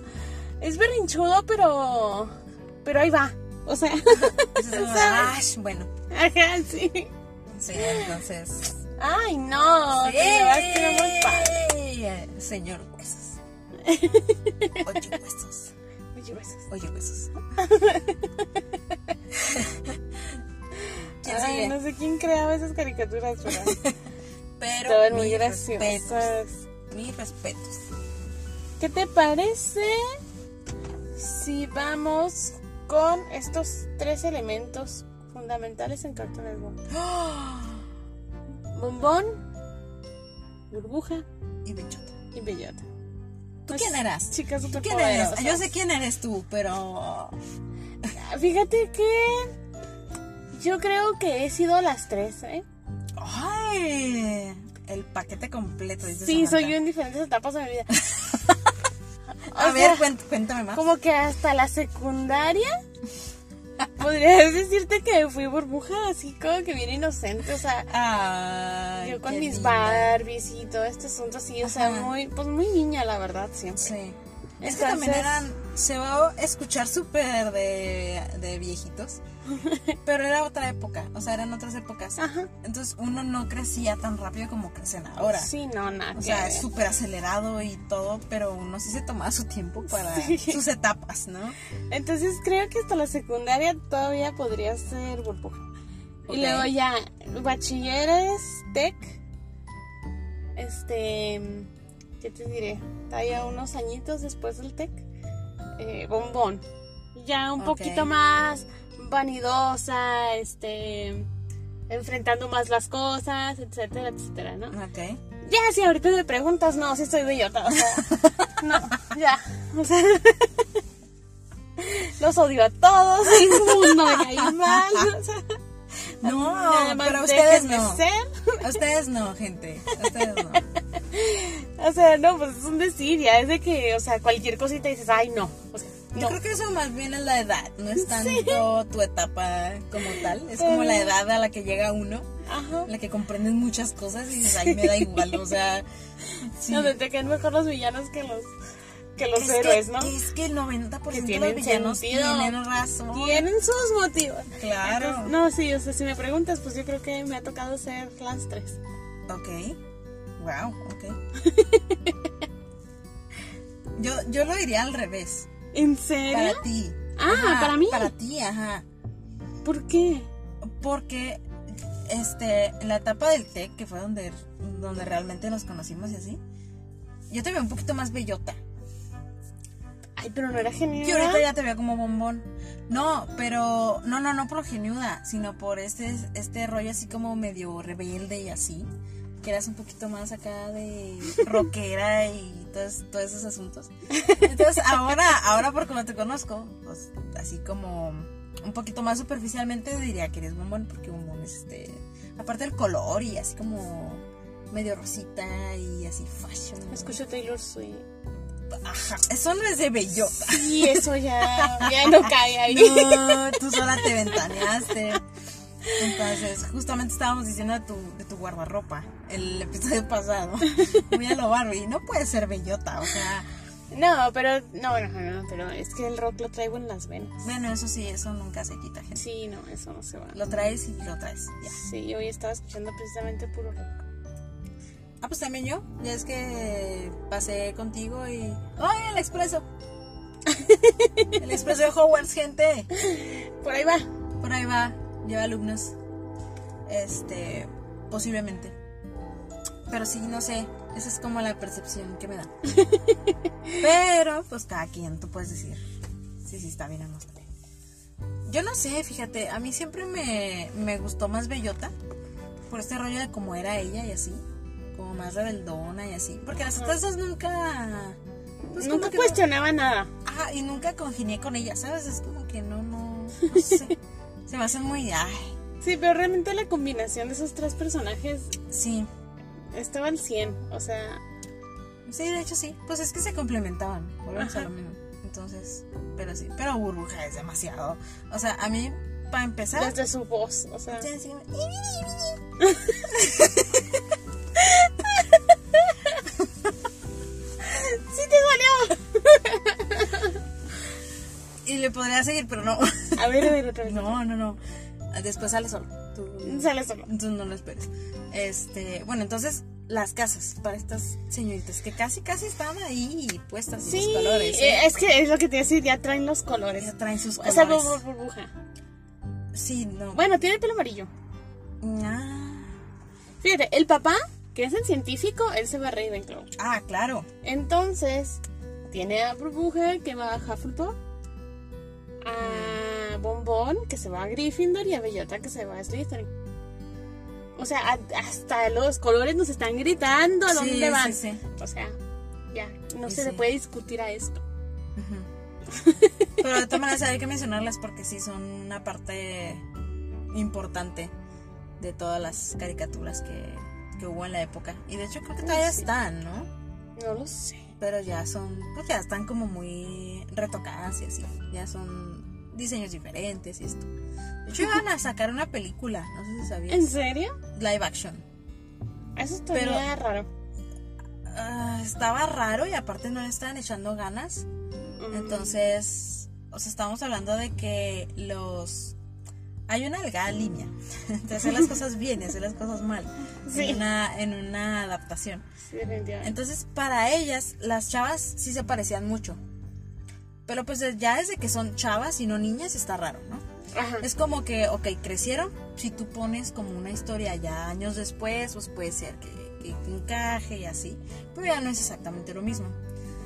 [SPEAKER 2] Es berrinchudo, pero. Pero ahí va. O sea.
[SPEAKER 1] Entonces, Ash, bueno,
[SPEAKER 2] Ajá, sí.
[SPEAKER 1] sí, entonces.
[SPEAKER 2] Ay, no. Te llevaste una muy padre.
[SPEAKER 1] ¡Ey! Señor huesos. Ocho huesos.
[SPEAKER 2] Oye, besos.
[SPEAKER 1] Oye huesos. ¿Quién
[SPEAKER 2] Ay,
[SPEAKER 1] sigue?
[SPEAKER 2] no sé quién creaba esas caricaturas, ¿verdad?
[SPEAKER 1] Pero
[SPEAKER 2] Estaban muy
[SPEAKER 1] mis respetos.
[SPEAKER 2] graciosas.
[SPEAKER 1] Mis respetos.
[SPEAKER 2] ¿Qué te parece si vamos con estos tres elementos fundamentales en Cartoon Network?
[SPEAKER 1] ¡Ah!
[SPEAKER 2] Bombón, burbuja
[SPEAKER 1] Y bechota.
[SPEAKER 2] y bellota.
[SPEAKER 1] ¿Tú
[SPEAKER 2] Pues,
[SPEAKER 1] quién eras?
[SPEAKER 2] Chicas
[SPEAKER 1] ¿Tú
[SPEAKER 2] super
[SPEAKER 1] quién eres? Ah, Yo sé quién eres tú, pero.
[SPEAKER 2] Fíjate que yo creo que he sido las tres, ¿eh?
[SPEAKER 1] ¡Ay! El paquete completo. dice
[SPEAKER 2] Sí,
[SPEAKER 1] Samantha.
[SPEAKER 2] soy yo en diferentes etapas de mi vida.
[SPEAKER 1] A
[SPEAKER 2] O
[SPEAKER 1] ver, pues.
[SPEAKER 2] sea,
[SPEAKER 1] cuént- cuéntame más.
[SPEAKER 2] como que hasta la secundaria podrías decirte que fui burbuja así como que bien inocente, o sea,
[SPEAKER 1] Ay,
[SPEAKER 2] yo con
[SPEAKER 1] qué
[SPEAKER 2] mis
[SPEAKER 1] linda.
[SPEAKER 2] Barbies y todo este asunto así, o sea,
[SPEAKER 1] Ajá.
[SPEAKER 2] muy, pues muy niña la verdad, siempre.
[SPEAKER 1] Sí. Es que también
[SPEAKER 2] Entonces-
[SPEAKER 1] eran. Se va a escuchar súper de, de viejitos. Pero era otra época. O sea, eran otras épocas.
[SPEAKER 2] Ajá.
[SPEAKER 1] Entonces uno no crecía tan rápido como crecen ahora.
[SPEAKER 2] Sí, no, nada.
[SPEAKER 1] O
[SPEAKER 2] que
[SPEAKER 1] sea,
[SPEAKER 2] ver.
[SPEAKER 1] es súper acelerado y todo, pero uno sí se tomaba su tiempo para
[SPEAKER 2] Sí.
[SPEAKER 1] sus etapas, ¿no?
[SPEAKER 2] Entonces creo que hasta la secundaria todavía podría ser burbuja.
[SPEAKER 1] Ok.
[SPEAKER 2] Y luego ya, bachilleres, tech. Este, ¿qué te diré? Todavía unos añitos después del tech. eh, bombón. Ya un
[SPEAKER 1] Ok.
[SPEAKER 2] poquito más vanidosa, este, enfrentando más las cosas, etcétera, etcétera, ¿no?
[SPEAKER 1] Ok.
[SPEAKER 2] Ya, si ahorita me preguntas, no, si estoy bellota, o sea, no, ya, o sea, los odio a todos, mundo me caí mal, o sea,
[SPEAKER 1] No,
[SPEAKER 2] nada más
[SPEAKER 1] pero ustedes
[SPEAKER 2] déjenme
[SPEAKER 1] no.
[SPEAKER 2] ser,
[SPEAKER 1] A Ustedes no, gente. A Ustedes no.
[SPEAKER 2] o sea, no, pues es un decir, ya, es de que, o sea, cualquier cosita dices, ay, no, o sea,
[SPEAKER 1] Yo
[SPEAKER 2] no,
[SPEAKER 1] creo que eso más bien es la edad, no es tanto tu etapa como tal, es como
[SPEAKER 2] Eh.
[SPEAKER 1] la edad a la que llega uno,
[SPEAKER 2] ajá,
[SPEAKER 1] en la que comprendes muchas cosas y dices, ay, me da igual, o sea, sí.
[SPEAKER 2] donde te quedan mejor los villanos que los, que los
[SPEAKER 1] es
[SPEAKER 2] héroes,
[SPEAKER 1] que,
[SPEAKER 2] ¿no?
[SPEAKER 1] Es que el 90%
[SPEAKER 2] Que
[SPEAKER 1] de los
[SPEAKER 2] tienen
[SPEAKER 1] villanos
[SPEAKER 2] sentido.
[SPEAKER 1] tienen razón.
[SPEAKER 2] Tienen sus motivos.
[SPEAKER 1] Claro.
[SPEAKER 2] Entonces, no, sí, o sea, si me preguntas, pues yo creo que me ha tocado ser las tres.
[SPEAKER 1] Ok. Wow, ok. yo, yo lo diría al revés.
[SPEAKER 2] ¿En serio?
[SPEAKER 1] Para ti.
[SPEAKER 2] Ah, para mí.
[SPEAKER 1] Para ti, ajá.
[SPEAKER 2] ¿Por qué?
[SPEAKER 1] Porque este, en la etapa del TEC, que fue donde, donde realmente nos conocimos y así, yo te veo un poquito más bellota.
[SPEAKER 2] Ay, pero no era genial.
[SPEAKER 1] Y ahorita ya te veo como bombón. No, pero no, no, no por geniuda, sino por este, este rollo así como medio rebelde y así. Que eras un poquito más acá de rockera y todos, todos esos asuntos. Entonces ahora, ahora por como te conozco, pues así como un poquito más superficialmente diría que eres bombón, porque bombón es este, aparte el color y así como medio rosita y así fashion.
[SPEAKER 2] Escucho Taylor Swift.
[SPEAKER 1] Ajá, eso no es de bellota.
[SPEAKER 2] Y eso ya, ya no cae ahí.
[SPEAKER 1] No, tú sola te ventaneaste. Entonces, justamente estábamos diciendo de tu, de tu guardarropa el episodio pasado. Voy a lo Barbie. No puede ser bellota, o sea.
[SPEAKER 2] No, pero no, no, no, no, pero es que el rock lo traigo en las venas.
[SPEAKER 1] Bueno, eso sí, eso nunca se quita, gente.
[SPEAKER 2] Sí, no, eso no se va.
[SPEAKER 1] Lo traes y lo traes, ya.
[SPEAKER 2] Sí, hoy estaba escuchando precisamente puro rock.
[SPEAKER 1] Ah, pues también yo. Ya es que pasé contigo y. ¡Ay, el expreso! El expreso de Hogwarts, gente.
[SPEAKER 2] Por ahí va.
[SPEAKER 1] Por ahí va, lleva alumnos. Este, posiblemente. Pero sí, no sé. Esa es como la percepción que me da. Pero, pues cada quien, tú puedes decir si sí está bien o no está bien. Yo no sé, fíjate, a mí siempre me, me gustó más Bellota por este rollo de cómo era ella y así. Como más rebeldona y así. Porque las otras dos nunca. pues, como
[SPEAKER 2] Nunca
[SPEAKER 1] que no-
[SPEAKER 2] cuestionaba nada.
[SPEAKER 1] Ajá, y nunca congenié con ella, ¿sabes? Es como que no, no, no sé. Se me hacen muy, ay,
[SPEAKER 2] Sí, pero realmente la combinación de esos tres personajes
[SPEAKER 1] sí.
[SPEAKER 2] estaba al 100. O sea,
[SPEAKER 1] Sí, de hecho sí. Pues es que se complementaban. Volvemos a
[SPEAKER 2] Ajá.
[SPEAKER 1] lo mismo. Entonces, pero sí. Pero burbuja es demasiado. O sea, a mí, para empezar.
[SPEAKER 2] Desde su voz, o sea.
[SPEAKER 1] Sí, sí, Y le podría seguir, pero no.
[SPEAKER 2] A ver, a ver, otra vez.
[SPEAKER 1] No, no, no. Después sale solo. Tú,
[SPEAKER 2] Sale solo.
[SPEAKER 1] entonces no lo esperes. Este, bueno, entonces las casas para estas señoritas que casi, casi están ahí puestas sus
[SPEAKER 2] Sí,
[SPEAKER 1] colores. ¿eh?
[SPEAKER 2] eh, es que es lo que te decía, ya traen los colores.
[SPEAKER 1] Ya traen sus colores.
[SPEAKER 2] Salvo bur- burbuja.
[SPEAKER 1] Sí, no.
[SPEAKER 2] Bueno, tiene el pelo amarillo.
[SPEAKER 1] Ah,
[SPEAKER 2] Fíjate, el papá, que es el científico, él se va a Ravenclaw.
[SPEAKER 1] ah, claro.
[SPEAKER 2] Entonces, tiene a Burbuja, que va a Hufflepuff. A Bombón, que se va a Gryffindor. Y a Bellota, que se va a Slytherin. O sea, a- hasta los colores nos están gritando a dónde
[SPEAKER 1] Sí,
[SPEAKER 2] van.
[SPEAKER 1] sí, sí.
[SPEAKER 2] O sea, ya, no
[SPEAKER 1] Sí,
[SPEAKER 2] se le
[SPEAKER 1] sí.
[SPEAKER 2] puede discutir a esto.
[SPEAKER 1] Ujú. Pero de todas maneras hay que mencionarlas porque sí son una parte importante de todas las caricaturas que, que hubo en la época. Y de hecho creo que todavía
[SPEAKER 2] Sí.
[SPEAKER 1] están, ¿no?
[SPEAKER 2] No lo sé.
[SPEAKER 1] Pero ya son, pues ya están como muy retocadas y así. Ya son diseños diferentes y esto. De hecho iban a sacar una película, no sé si
[SPEAKER 2] ¿En
[SPEAKER 1] sabías.
[SPEAKER 2] serio?
[SPEAKER 1] Live action.
[SPEAKER 2] Eso es todavía raro.
[SPEAKER 1] Ah, estaba raro y aparte no le estaban echando ganas.
[SPEAKER 2] Mm,
[SPEAKER 1] Entonces, o sea, estamos hablando de que los... Hay una delgada línea entre hacer las cosas bien y hacer las cosas mal
[SPEAKER 2] Sí.
[SPEAKER 1] en, una, en una adaptación.
[SPEAKER 2] sí, definitivamente.
[SPEAKER 1] Entonces, para ellas, las chavas sí se parecían mucho. Pero pues ya desde que son chavas y no niñas está raro, ¿no?
[SPEAKER 2] Ajá.
[SPEAKER 1] Es como que, ok, crecieron. Si tú pones como una historia ya años después, pues puede ser que, que encaje y así. Pero ya no es exactamente lo mismo.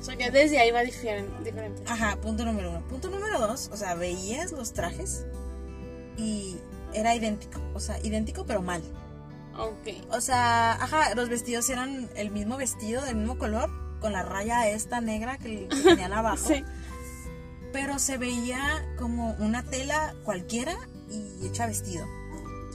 [SPEAKER 2] O sea, que desde ahí va difieren- diferente.
[SPEAKER 1] Ajá, punto número uno. Punto número dos, o sea, veías los trajes y era idéntico, o sea, idéntico pero mal. Ah.
[SPEAKER 2] Ok.
[SPEAKER 1] O sea, ajá, los vestidos eran el mismo vestido, del mismo color, con la raya esta negra que, que tenían abajo,
[SPEAKER 2] Sí.
[SPEAKER 1] pero se veía como una tela cualquiera y hecha vestido,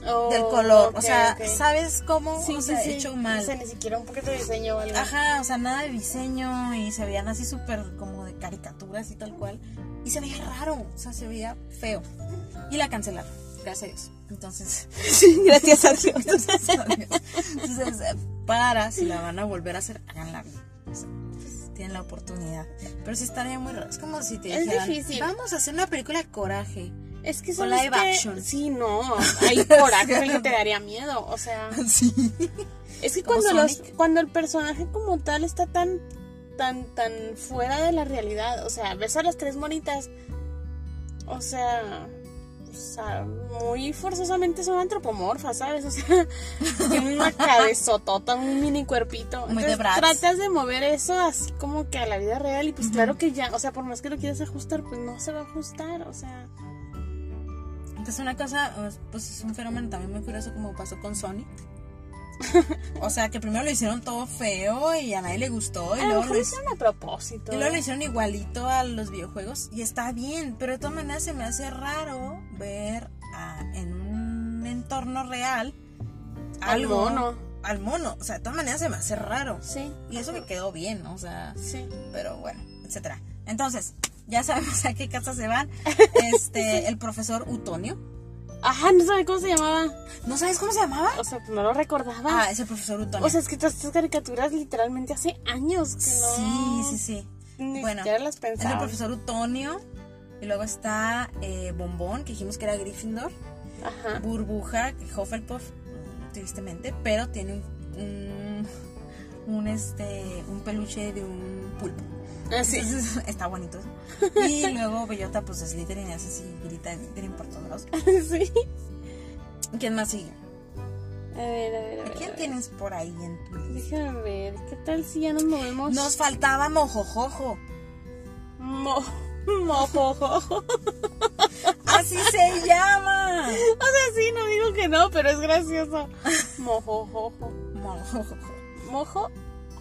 [SPEAKER 2] Oh,
[SPEAKER 1] del color.
[SPEAKER 2] ok,
[SPEAKER 1] o sea,
[SPEAKER 2] ok.
[SPEAKER 1] ¿sabes cómo?
[SPEAKER 2] Sí,
[SPEAKER 1] o
[SPEAKER 2] sí,
[SPEAKER 1] sea,
[SPEAKER 2] sí.
[SPEAKER 1] hecho mal.
[SPEAKER 2] O sea, ni siquiera un poquito de diseño o algo.
[SPEAKER 1] Ajá, o sea, nada de diseño y se veían así súper como de caricaturas y tal cual. Y se veía raro, o sea, se veía feo. Y la cancelaron, gracias a Dios. Entonces,
[SPEAKER 2] gracias a Dios.
[SPEAKER 1] gracias a Dios. Entonces, eh, para, si la van a volver a hacer, háganla bien. O sea, tienen la oportunidad. Pero sí estaría muy raro. Es como si te
[SPEAKER 2] Es
[SPEAKER 1] dijeran,
[SPEAKER 2] difícil.
[SPEAKER 1] vamos a hacer una película de coraje.
[SPEAKER 2] Es que
[SPEAKER 1] O
[SPEAKER 2] son live
[SPEAKER 1] live action.
[SPEAKER 2] Sí, no. Hay coraje que te daría miedo. O sea,
[SPEAKER 1] Sí.
[SPEAKER 2] es que
[SPEAKER 1] Como
[SPEAKER 2] cuando, los,
[SPEAKER 1] Sonic.
[SPEAKER 2] cuando el personaje como tal está tan, tan, tan fuera de la realidad. O sea, ves a las tres monitas. O sea. O sea, muy forzosamente son antropomorfas, ¿sabes? O sea, tienen una cabezotota, un mini cuerpito.
[SPEAKER 1] Muy de
[SPEAKER 2] Entonces,
[SPEAKER 1] Bratz.
[SPEAKER 2] tratas de mover eso así como que a la vida real y pues claro que ya, o sea, por más que lo quieras ajustar, pues no se va a ajustar, o sea.
[SPEAKER 1] Es una cosa, pues es un fenómeno también muy curioso como pasó con Sonic. O sea, que primero lo hicieron todo feo y a nadie le gustó. Y,
[SPEAKER 2] A lo
[SPEAKER 1] luego
[SPEAKER 2] mejor
[SPEAKER 1] lo,
[SPEAKER 2] lo
[SPEAKER 1] hic-
[SPEAKER 2] hicieron a propósito.
[SPEAKER 1] y luego lo hicieron igualito a los videojuegos y está bien, pero de todas maneras se me hace raro ver a- en un entorno real
[SPEAKER 2] Al
[SPEAKER 1] algo-
[SPEAKER 2] mono.
[SPEAKER 1] Al mono, o sea, de todas maneras se me hace raro.
[SPEAKER 2] Sí.
[SPEAKER 1] Y eso que quedó bien, o sea,
[SPEAKER 2] Sí.
[SPEAKER 1] pero bueno, etcétera. Entonces, ya sabemos a qué casa se van. Este, el profesor Utonio.
[SPEAKER 2] Ajá, no sabía cómo se llamaba.
[SPEAKER 1] ¿No sabes cómo se llamaba?
[SPEAKER 2] O sea, no lo recordaba.
[SPEAKER 1] Ah, es el profesor Utonio.
[SPEAKER 2] o sea, es que todas estas caricaturas literalmente hace años que no.
[SPEAKER 1] sí, sí, sí.
[SPEAKER 2] Ni
[SPEAKER 1] Bueno,
[SPEAKER 2] siquiera las
[SPEAKER 1] Es el
[SPEAKER 2] pensaba.
[SPEAKER 1] profesor Utonio. Y luego está eh, Bombón, que dijimos que era Gryffindor.
[SPEAKER 2] Ajá.
[SPEAKER 1] Burbuja, que Hufflepuff, mm, tristemente, pero tiene un, un, un, este, un peluche de un pulpo.
[SPEAKER 2] Ah, sí.
[SPEAKER 1] Entonces, está bonito eso. Y luego Bellota, pues Slytherin, es así, grita Slytherin por todos lados.
[SPEAKER 2] sí.
[SPEAKER 1] ¿Quién más sigue?
[SPEAKER 2] A ver, a ver, a
[SPEAKER 1] ¿A
[SPEAKER 2] ver. a
[SPEAKER 1] quién
[SPEAKER 2] ver.
[SPEAKER 1] tienes por ahí en tu lista?
[SPEAKER 2] Déjame ver. ¿Qué tal si ya nos movemos?
[SPEAKER 1] Nos faltaba Mojojojo.
[SPEAKER 2] Mo... Mojojojo. O
[SPEAKER 1] ¡Así se llama!
[SPEAKER 2] sea, sí, no digo que no, pero es gracioso. Mojojojo.
[SPEAKER 1] Mojojojo.
[SPEAKER 2] Mojo.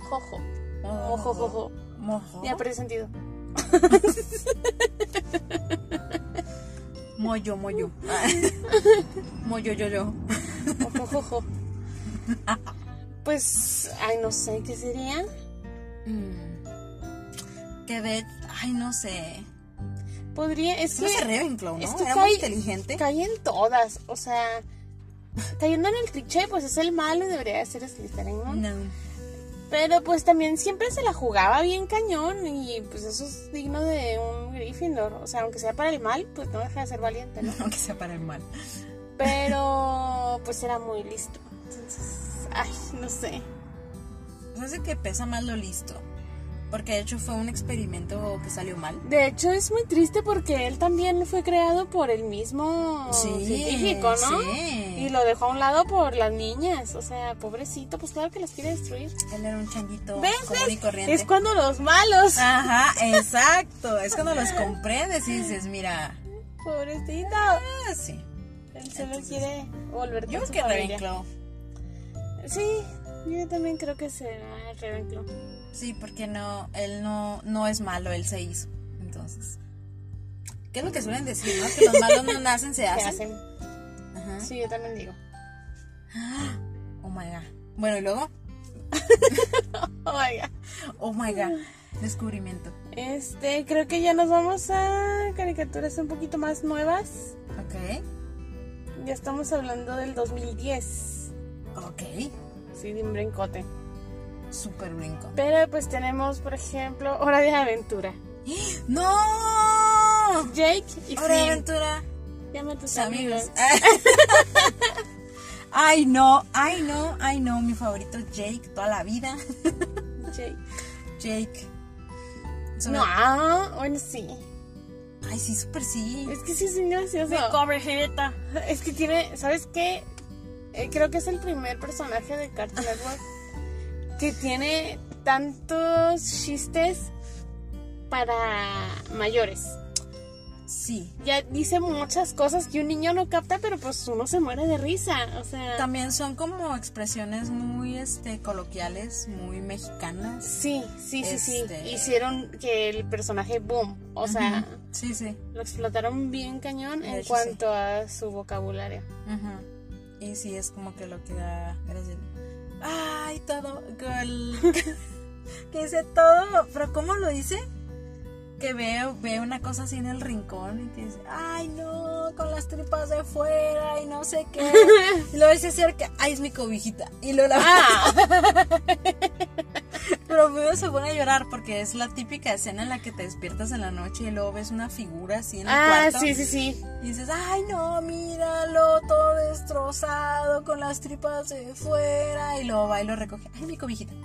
[SPEAKER 2] Jojo. Mojojojo.
[SPEAKER 1] Mojo.
[SPEAKER 2] Ya perdí sentido.
[SPEAKER 1] Moyo, moyo. moyo, yo, yo.
[SPEAKER 2] Ojo, ojo, ojo. Pues, ay, no sé qué sería.
[SPEAKER 1] Mm. Que de... Ay, no sé.
[SPEAKER 2] Podría, es
[SPEAKER 1] Se me hace
[SPEAKER 2] que
[SPEAKER 1] Ravenclaw, ¿no?
[SPEAKER 2] es que
[SPEAKER 1] Era
[SPEAKER 2] cae-
[SPEAKER 1] muy inteligente.
[SPEAKER 2] cae en todas, o sea, cayendo en el cliché, pues es el malo y debería de ser Slytherin, ¿no?
[SPEAKER 1] No.
[SPEAKER 2] Pero pues también siempre se la jugaba bien cañón y pues eso es digno de un Gryffindor, o sea, aunque sea para el mal, pues no deja de ser valiente, ¿no?
[SPEAKER 1] Aunque sea para el mal.
[SPEAKER 2] Pero pues era muy listo, entonces, ay, no sé.
[SPEAKER 1] Se hace que pesa más lo listo. Porque de hecho fue un experimento que salió mal.
[SPEAKER 2] De hecho es muy triste porque él también fue creado por el mismo
[SPEAKER 1] Sí,
[SPEAKER 2] científico, ¿no?
[SPEAKER 1] sí.
[SPEAKER 2] Y lo dejó a un lado por las niñas, o sea, pobrecito, pues claro que las quiere destruir.
[SPEAKER 1] Él era un changuito
[SPEAKER 2] ¿Ves?
[SPEAKER 1] común y
[SPEAKER 2] ¿Ves?
[SPEAKER 1] corriente. Ah.
[SPEAKER 2] Es cuando los malos.
[SPEAKER 1] Ajá, exacto. Es cuando los comprendes y dices, mira,
[SPEAKER 2] Pobrecito.
[SPEAKER 1] ah, sí.
[SPEAKER 2] Él solo
[SPEAKER 1] Entonces,
[SPEAKER 2] quiere volver
[SPEAKER 1] Yo creo
[SPEAKER 2] con su
[SPEAKER 1] que
[SPEAKER 2] familia.
[SPEAKER 1] Ravenclaw.
[SPEAKER 2] Sí, yo también creo que será Ravenclaw.
[SPEAKER 1] Sí, porque no, él no, no es malo, él se hizo. Entonces. ¿Qué es lo que suelen decir, no? Que los malos no nacen, se
[SPEAKER 2] ¿Qué
[SPEAKER 1] hacen. ¿Ah?
[SPEAKER 2] hacen?
[SPEAKER 1] Ajá.
[SPEAKER 2] Sí, yo también digo.
[SPEAKER 1] Oh my god. Bueno, y luego,
[SPEAKER 2] Oiga,
[SPEAKER 1] oh my god. Descubrimiento.
[SPEAKER 2] este, creo que ya nos vamos a caricaturas un poquito más nuevas.
[SPEAKER 1] Ok.
[SPEAKER 2] Ya estamos hablando del 2010.
[SPEAKER 1] Ok.
[SPEAKER 2] Sí, de un brincote.
[SPEAKER 1] Super brinco.
[SPEAKER 2] Pero pues tenemos, por ejemplo, Hora de Aventura.
[SPEAKER 1] ¡No!
[SPEAKER 2] Jake y
[SPEAKER 1] Hora de
[SPEAKER 2] Finn.
[SPEAKER 1] aventura.
[SPEAKER 2] Llama a tus
[SPEAKER 1] Tus
[SPEAKER 2] amigos.
[SPEAKER 1] amigos. Ay, no, ay, no, ay, no. Mi favorito, Jake, toda la vida.
[SPEAKER 2] Jake.
[SPEAKER 1] Jake. Sobre-
[SPEAKER 2] No, ah, bueno, sí.
[SPEAKER 1] Ay, sí, súper sí.
[SPEAKER 2] Es que sí es bien gracioso.
[SPEAKER 1] cobrejeta.
[SPEAKER 2] Es que tiene, ¿sabes qué? Eh, creo que es el primer personaje de Cartoon
[SPEAKER 1] Ah.
[SPEAKER 2] Network que tiene tantos chistes para mayores.
[SPEAKER 1] Sí.
[SPEAKER 2] Ya dice muchas cosas que un niño no capta, pero pues uno se muere de risa. O sea,
[SPEAKER 1] También son como expresiones muy este, coloquiales, muy mexicanas.
[SPEAKER 2] Sí, sí, sí, sí.
[SPEAKER 1] Este-
[SPEAKER 2] Hicieron que el personaje boom. O sea,
[SPEAKER 1] Ujú. Sí, sí.
[SPEAKER 2] lo explotaron bien cañón
[SPEAKER 1] De
[SPEAKER 2] en
[SPEAKER 1] hecho,
[SPEAKER 2] cuanto a su vocabulario.
[SPEAKER 1] Ujú. Y sí, es como que lo que da gracia. Ay, todo. Que, el- que dice todo. Pero ¿cómo lo dice? Que veo, ve una cosa así en el rincón y que dice, ay no, con las tripas de fuera y no sé qué. Y luego dice cerca, ay es mi cobijita. Y luego la
[SPEAKER 2] ¡Ah!
[SPEAKER 1] Pero luego se pone a llorar porque es la típica escena en la que te despiertas en la noche y luego ves una figura así en el
[SPEAKER 2] ah,
[SPEAKER 1] cuarto.
[SPEAKER 2] sí, sí, sí.
[SPEAKER 1] Y dices, ay no, míralo, todo destrozado, con las tripas de fuera. Y luego va y lo recoge. Ay, mi cobijita.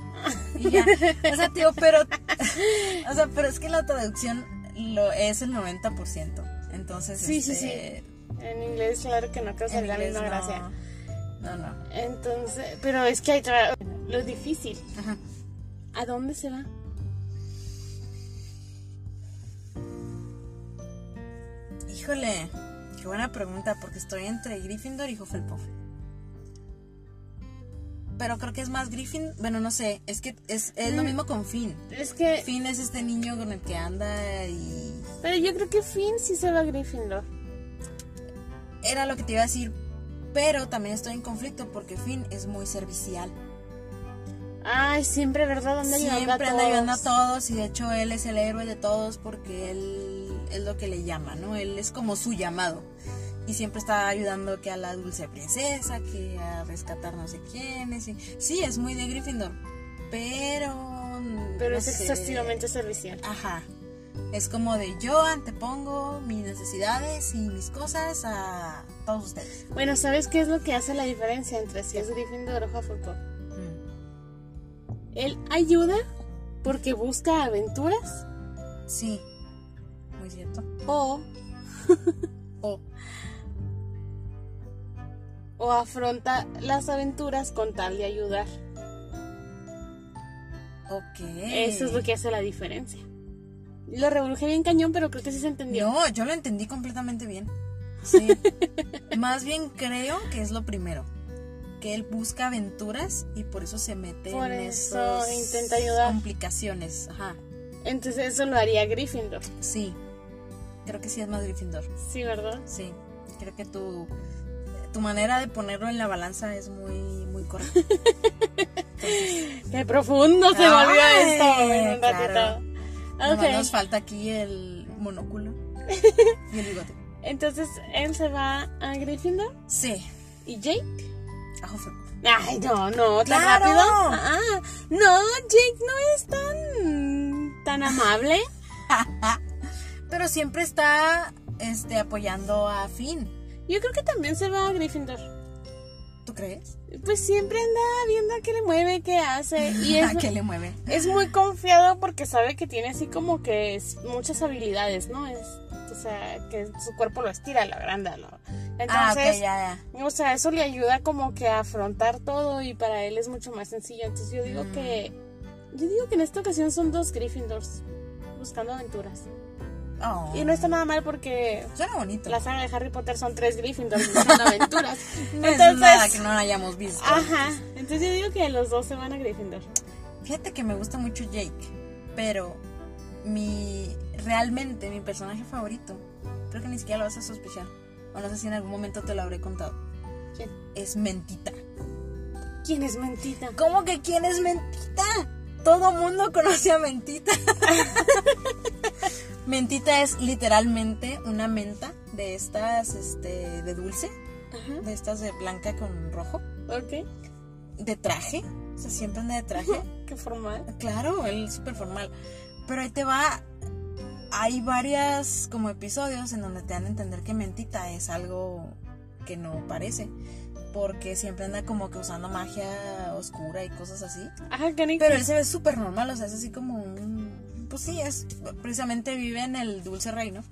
[SPEAKER 1] Y ya. O sea, tío, pero. O sea, pero es que la traducción lo es el 90%. Entonces,
[SPEAKER 2] Sí, sí,
[SPEAKER 1] este,
[SPEAKER 2] En inglés, claro que no causa
[SPEAKER 1] en
[SPEAKER 2] la
[SPEAKER 1] inglés
[SPEAKER 2] misma
[SPEAKER 1] no.
[SPEAKER 2] gracia.
[SPEAKER 1] No, no.
[SPEAKER 2] Entonces, pero es que hay tra- lo difícil.
[SPEAKER 1] Ajá.
[SPEAKER 2] ¿A dónde se va?
[SPEAKER 1] Híjole, qué buena pregunta, porque estoy entre Gryffindor y Hufflepuff. Pero creo que es más Griffin. Bueno, no sé, es que es, es lo
[SPEAKER 2] Mm.
[SPEAKER 1] mismo con Finn.
[SPEAKER 2] Es que,
[SPEAKER 1] Finn es este niño con el que anda y.
[SPEAKER 2] pero yo creo que Finn sí se va a Gryffindor.
[SPEAKER 1] Era lo que te iba a decir. Pero también estoy en conflicto porque Finn es muy servicial.
[SPEAKER 2] Ay, siempre, ¿verdad? Anda ayudando a
[SPEAKER 1] Siempre
[SPEAKER 2] todos.
[SPEAKER 1] anda ayudando a todos y de hecho él es el héroe de todos porque él es lo que le llama, ¿no? Él es como su llamado. Y siempre está ayudando que a la dulce princesa, que a rescatar no sé quiénes. y- Sí, es muy de Gryffindor, pero...
[SPEAKER 2] Pero
[SPEAKER 1] no
[SPEAKER 2] es
[SPEAKER 1] sé.
[SPEAKER 2] excesivamente servicial.
[SPEAKER 1] Ajá. Es como de yo antepongo mis necesidades y mis cosas a todos ustedes.
[SPEAKER 2] Bueno, ¿sabes qué es lo que hace la diferencia entre si es Gryffindor o Hufflepuff?
[SPEAKER 1] Mm.
[SPEAKER 2] Él ayuda porque busca aventuras
[SPEAKER 1] Sí, muy cierto.
[SPEAKER 2] o,
[SPEAKER 1] O
[SPEAKER 2] o afronta las aventuras con tal de ayudar.
[SPEAKER 1] ok.
[SPEAKER 2] Eso
[SPEAKER 1] Eh.
[SPEAKER 2] es lo que hace la diferencia. Lo reduje bien cañón, pero creo que sí se entendió.
[SPEAKER 1] No, yo lo entendí completamente bien. Sí. Más bien creo que es lo primero. Que él busca aventuras y por eso se mete
[SPEAKER 2] Por
[SPEAKER 1] en
[SPEAKER 2] eso
[SPEAKER 1] esas
[SPEAKER 2] intenta ayudar.
[SPEAKER 1] complicaciones. Ajá.
[SPEAKER 2] Entonces eso lo haría Gryffindor.
[SPEAKER 1] Sí. Creo que sí es más Gryffindor.
[SPEAKER 2] Sí, ¿verdad?
[SPEAKER 1] Sí. Creo que tu, tu manera de ponerlo en la balanza es muy, muy correcta.
[SPEAKER 2] Qué profundo se volvió
[SPEAKER 1] Ay,
[SPEAKER 2] esto en un
[SPEAKER 1] claro.
[SPEAKER 2] ratito.
[SPEAKER 1] Nomás
[SPEAKER 2] Ok.
[SPEAKER 1] nos falta aquí el monóculo y el bigote.
[SPEAKER 2] Entonces él se va a Gryffindor
[SPEAKER 1] Sí,
[SPEAKER 2] y Jake.
[SPEAKER 1] a Hufflepuff.
[SPEAKER 2] Ay, no, no, tan
[SPEAKER 1] Claro.
[SPEAKER 2] rápido. Ah, no, Jake no es tan tan amable.
[SPEAKER 1] Pero siempre está este, apoyando a Finn.
[SPEAKER 2] Yo creo que también se va a Gryffindor.
[SPEAKER 1] ¿Tú crees?
[SPEAKER 2] Pues siempre anda viendo qué le mueve, qué hace. Y es,
[SPEAKER 1] ¿A qué le mueve?
[SPEAKER 2] es muy confiado porque sabe que tiene así como que es- muchas habilidades, ¿no? Es, o sea, que su cuerpo lo estira, lo agranda, lo... Entonces,
[SPEAKER 1] ah, ok, ya, ya.
[SPEAKER 2] O sea, eso le ayuda como que a afrontar todo y para él es mucho más sencillo. Entonces yo digo
[SPEAKER 1] Mm.
[SPEAKER 2] que... Yo digo que en esta ocasión son dos Gryffindors buscando aventuras.
[SPEAKER 1] Oh,
[SPEAKER 2] Y no está nada mal porque
[SPEAKER 1] Suena bonito.
[SPEAKER 2] la saga de Harry Potter son tres Gryffindors buscando aventuras.
[SPEAKER 1] No es Pues nada que
[SPEAKER 2] Entonces...
[SPEAKER 1] no hayamos visto.
[SPEAKER 2] Ajá. Entonces yo digo que los dos se van a Gryffindor.
[SPEAKER 1] Fíjate que me gusta mucho Jake, pero mi realmente mi personaje favorito, creo que ni siquiera lo vas a sospechar. O no sé si en algún momento te lo habré contado.
[SPEAKER 2] ¿Quién?
[SPEAKER 1] Es mentita.
[SPEAKER 2] ¿Quién es mentita?
[SPEAKER 1] ¿Cómo que quién es mentita? Todo mundo conoce a mentita. mentita es literalmente una menta de estas este, de dulce,
[SPEAKER 2] Ajá.
[SPEAKER 1] de estas de blanca con rojo,
[SPEAKER 2] Ok.
[SPEAKER 1] de traje. O sea, siempre anda de traje.
[SPEAKER 2] Qué formal.
[SPEAKER 1] Claro, él es súper formal. Pero ahí te va. Hay varias como episodios en donde te dan a entender que mentita es algo que no parece. Porque siempre anda como que usando magia oscura y cosas así.
[SPEAKER 2] Ajá, canico.
[SPEAKER 1] Pero él se ve súper normal, o sea, es así como un... Pues sí, es... Precisamente vive en el dulce reino.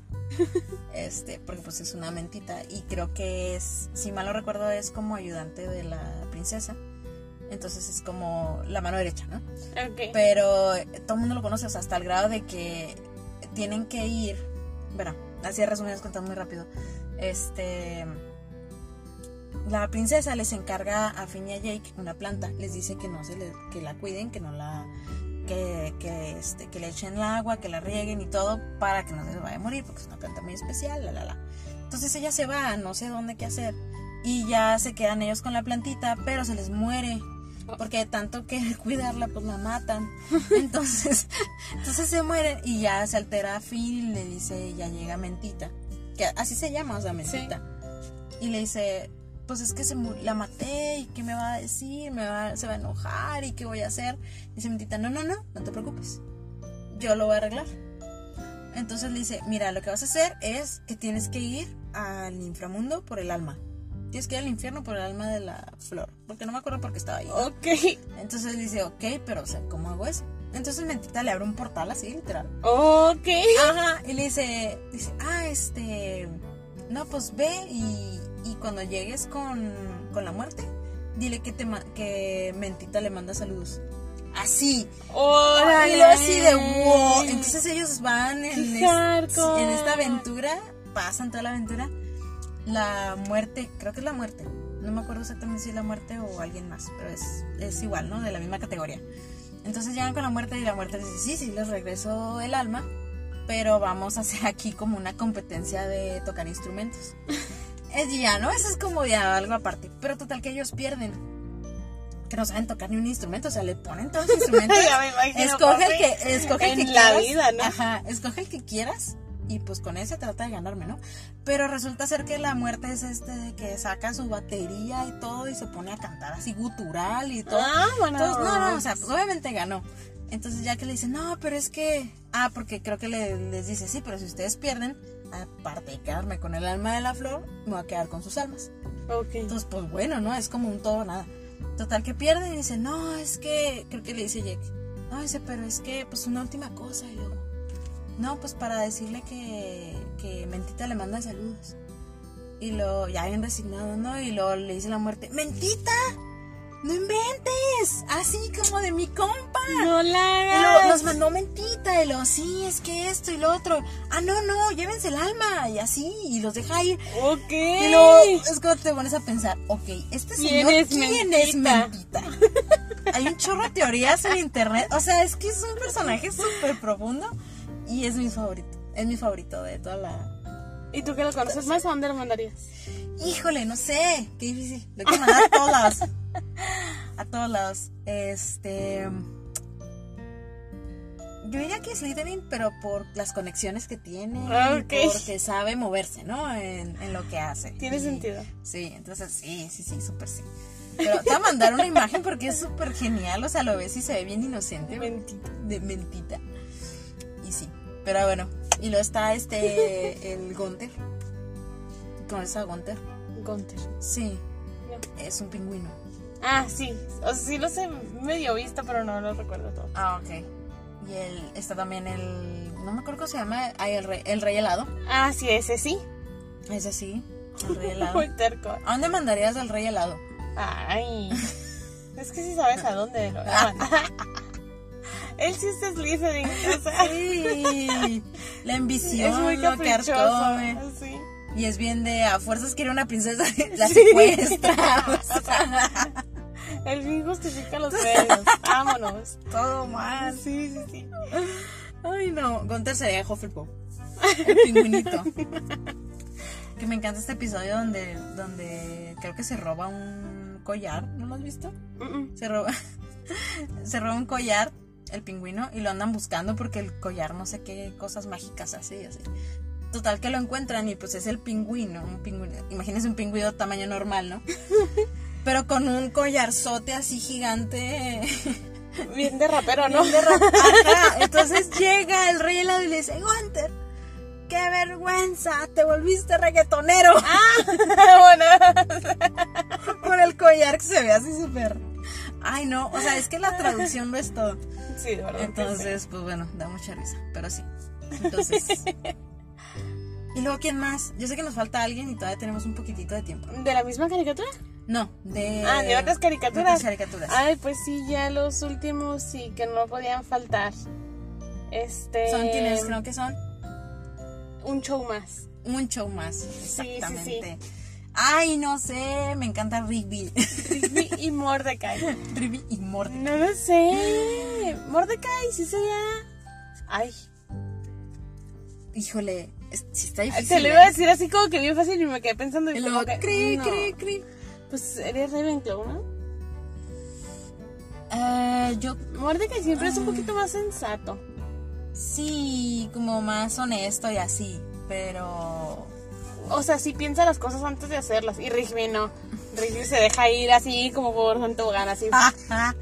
[SPEAKER 1] Este, porque pues es una mentita. Y creo que es, si mal no recuerdo, es como ayudante de la princesa. Entonces es como la mano derecha, ¿no?
[SPEAKER 2] Ok.
[SPEAKER 1] Pero eh, todo el mundo lo conoce, o sea, hasta el grado de que tienen que ir. Bueno, así de resumidas cuentas muy rápido. Este. La princesa les encarga a Finn y a Jake una planta. Les dice que no se le- que la cuiden, que no la. Que, que, este, que le echen el agua, que la rieguen y todo para que no se les vaya a morir, porque es una planta muy especial, la la la. Entonces ella se va, no sé dónde qué hacer. Y ya se quedan ellos con la plantita, pero se les muere porque de tanto que cuidarla pues la matan entonces entonces se mueren y ya se altera Phil y le dice ya llega mentita que así se llama o sea mentita y le dice pues es que se mu- la maté y qué me va a decir me va se va a enojar y qué voy a hacer dice mentita no no no no te preocupes yo lo voy a arreglar entonces le dice mira lo que vas a hacer es que tienes que ir al inframundo por el alma Tienes que ir al infierno por el alma de la flor. Porque no me acuerdo por qué estaba ahí.
[SPEAKER 2] Ok.
[SPEAKER 1] Entonces dice, ok, pero o sea, ¿cómo hago eso? Entonces Mentita le abre un portal así, literal.
[SPEAKER 2] Ok.
[SPEAKER 1] Ajá, y le dice, dice, ah, este, no, pues ve y, y cuando llegues con, con la muerte, dile que, te, ma- que Mentita le manda saludos. Así.
[SPEAKER 2] Órale.
[SPEAKER 1] Y luego así de wow. Entonces ellos van en,
[SPEAKER 2] Qué
[SPEAKER 1] es-
[SPEAKER 2] hardcore.
[SPEAKER 1] en esta aventura, pasan toda la aventura. La muerte, creo que es la muerte. No me acuerdo exactamente si es la muerte o alguien más, pero es, es igual, ¿no? De la misma categoría. Entonces llegan con la muerte y la muerte les dice, sí, sí, les regreso el alma, pero vamos a hacer aquí como una competencia de tocar instrumentos. Es ya, ¿no? Eso es como ya algo aparte. Pero total que ellos pierden. Que no saben tocar ni un instrumento, o sea, le ponen todos los instrumentos.
[SPEAKER 2] Ya me imagino,
[SPEAKER 1] Escoge el
[SPEAKER 2] papi.
[SPEAKER 1] que, escoge el que
[SPEAKER 2] pues, En la
[SPEAKER 1] quieras.
[SPEAKER 2] vida, ¿no?
[SPEAKER 1] Ajá, escoge el que quieras y pues con ese trata de ganarme, ¿no? Pero resulta ser que la muerte es este de que saca su batería y todo y se pone a cantar así gutural y todo.
[SPEAKER 2] Ah, bueno.
[SPEAKER 1] Entonces, no, no, o sea, pues, obviamente ganó. Entonces ya que le dice, no, pero es que... Ah, porque creo que le- les dice, sí, pero si ustedes pierden, aparte de quedarme con el alma de la flor, me voy a quedar con sus almas.
[SPEAKER 2] Ok.
[SPEAKER 1] Entonces, pues bueno, ¿no? Es como un todo o nada. Total que pierde y dice, no, es que, creo que le dice Jake, no, dice, pero es que, pues una última cosa. Y luego, no, pues para decirle que, que Mentita le manda saludos. Y lo, ya bien resignado, ¿no? Y luego le dice la muerte, Mentita, no inventes, así como de mi compa.
[SPEAKER 2] No la
[SPEAKER 1] Y luego
[SPEAKER 2] hagas.
[SPEAKER 1] nos mandó mentita y lo, sí, es que esto y lo otro. Ah, no, no, llévense el alma y así, y los deja ir.
[SPEAKER 2] Ok.
[SPEAKER 1] Y luego es cuando te pones a pensar, ok, este
[SPEAKER 2] ¿Quién
[SPEAKER 1] señor,
[SPEAKER 2] es
[SPEAKER 1] ¿quién
[SPEAKER 2] Mentita?
[SPEAKER 1] es mentita? Hay un chorro de teorías en internet, o sea, es que es un personaje súper profundo y es mi favorito, es mi favorito de toda la...
[SPEAKER 2] ¿Y tú que lo conoces más? ¿A dónde lo mandarías?
[SPEAKER 1] Híjole, no sé, qué difícil, lo hay que mandar a todas. a todos lados. Este. Yo diría que es Slytherin, pero por las conexiones que tiene.
[SPEAKER 2] Ah,
[SPEAKER 1] y
[SPEAKER 2] ok.
[SPEAKER 1] Porque sabe moverse, ¿no? En, en lo que hace.
[SPEAKER 2] Tiene
[SPEAKER 1] Y-
[SPEAKER 2] sentido.
[SPEAKER 1] Sí, entonces sí, sí, sí, súper sí. Pero te voy a mandar una imagen porque es súper genial. O sea, lo ves y se ve bien inocente.
[SPEAKER 2] Mentita.
[SPEAKER 1] de mentita. Y sí, pero bueno. Y luego está este, el Gonter. ¿Conoces a Gonter?
[SPEAKER 2] Gunter.
[SPEAKER 1] Sí,
[SPEAKER 2] No.
[SPEAKER 1] es un pingüino.
[SPEAKER 2] Ah, sí. O sea, sí lo sé medio visto, pero no lo recuerdo todo.
[SPEAKER 1] Ah, ok. Y él, está también el, no me acuerdo cómo se llama, ah, el, rey, el rey helado.
[SPEAKER 2] Ah, sí, ese sí.
[SPEAKER 1] Ese sí, el rey helado.
[SPEAKER 2] Muy terco.
[SPEAKER 1] ¿A dónde mandarías al rey helado?
[SPEAKER 2] Ay. Es que sí sabes a dónde lo llaman. Él sí es Slytherin. O sea,
[SPEAKER 1] Sí, la ambición,
[SPEAKER 2] es muy
[SPEAKER 1] lo que carcome.
[SPEAKER 2] caprichoso. Sí.
[SPEAKER 1] Y es bien de a fuerzas quiere una princesa, la
[SPEAKER 2] Sí.
[SPEAKER 1] secuestra. o sea,
[SPEAKER 2] El fin justifica los medios. Vámonos.
[SPEAKER 1] todo mal.
[SPEAKER 2] Sí, sí, sí.
[SPEAKER 1] Ay, no. Gunter sería Hufflepuff. El pingüinito. que me encanta este episodio donde, donde creo que se roba un collar. ¿No lo has visto?
[SPEAKER 2] Mm, mm.
[SPEAKER 1] Se roba, se roba un collar el pingüino y lo andan buscando porque el collar no sé qué cosas mágicas hace y así. Total que lo encuentran y pues es el pingüino, un pingüino. Imagínense un pingüino tamaño normal, ¿no? Pero con un collarzote así gigante
[SPEAKER 2] Bien de rapero, ¿no?
[SPEAKER 1] Ajá, Entonces llega el rey helado y le dice, Gunter, qué vergüenza, te volviste reggaetonero
[SPEAKER 2] Ah. Vámonos.
[SPEAKER 1] por el collar que se ve así súper... Ay, no, o sea, es que la traducción no es todo.
[SPEAKER 2] Sí, de verdad. que
[SPEAKER 1] Entonces, pues bueno, da mucha risa, pero sí. Entonces... ¿Y luego quién más? Yo sé que nos falta alguien y todavía tenemos un poquitito de tiempo.
[SPEAKER 2] sí. ¿De la misma caricatura?
[SPEAKER 1] No, de...
[SPEAKER 2] Ah, de otras
[SPEAKER 1] de otras
[SPEAKER 2] caricaturas.
[SPEAKER 1] caricaturas.
[SPEAKER 2] Ay, pues sí, ya los últimos sí que no podían faltar. Este.
[SPEAKER 1] Son quienes creo que son
[SPEAKER 2] Un show más.
[SPEAKER 1] un show más.
[SPEAKER 2] sí, sí.
[SPEAKER 1] Exactamente. Ay, no sé, me encanta Rigby.
[SPEAKER 2] Rigby y Mordecai.
[SPEAKER 1] Rigby y Morty.
[SPEAKER 2] No lo sé. Mordecai, sí sería. Ay,
[SPEAKER 1] Híjole, es- sí está
[SPEAKER 2] Ay,
[SPEAKER 1] difícil.
[SPEAKER 2] Ah, te lo
[SPEAKER 1] ¿eh?
[SPEAKER 2] iba a decir así como que bien fácil y me quedé pensando. Y
[SPEAKER 1] Y
[SPEAKER 2] como
[SPEAKER 1] luego,
[SPEAKER 2] que,
[SPEAKER 1] cri,
[SPEAKER 2] no.
[SPEAKER 1] cri, cri.
[SPEAKER 2] Pues eres Ravenclaw, ¿no?
[SPEAKER 1] Eh, yo
[SPEAKER 2] Mordecai siempre
[SPEAKER 1] Ah.
[SPEAKER 2] es un poquito más sensato.
[SPEAKER 1] sí, como más honesto y así, pero...
[SPEAKER 2] O sea, sí piensa las cosas antes de hacerlas. Y Rigby no. Rigby se deja ir así como por un tobogán, así.
[SPEAKER 1] Ajá. Ah,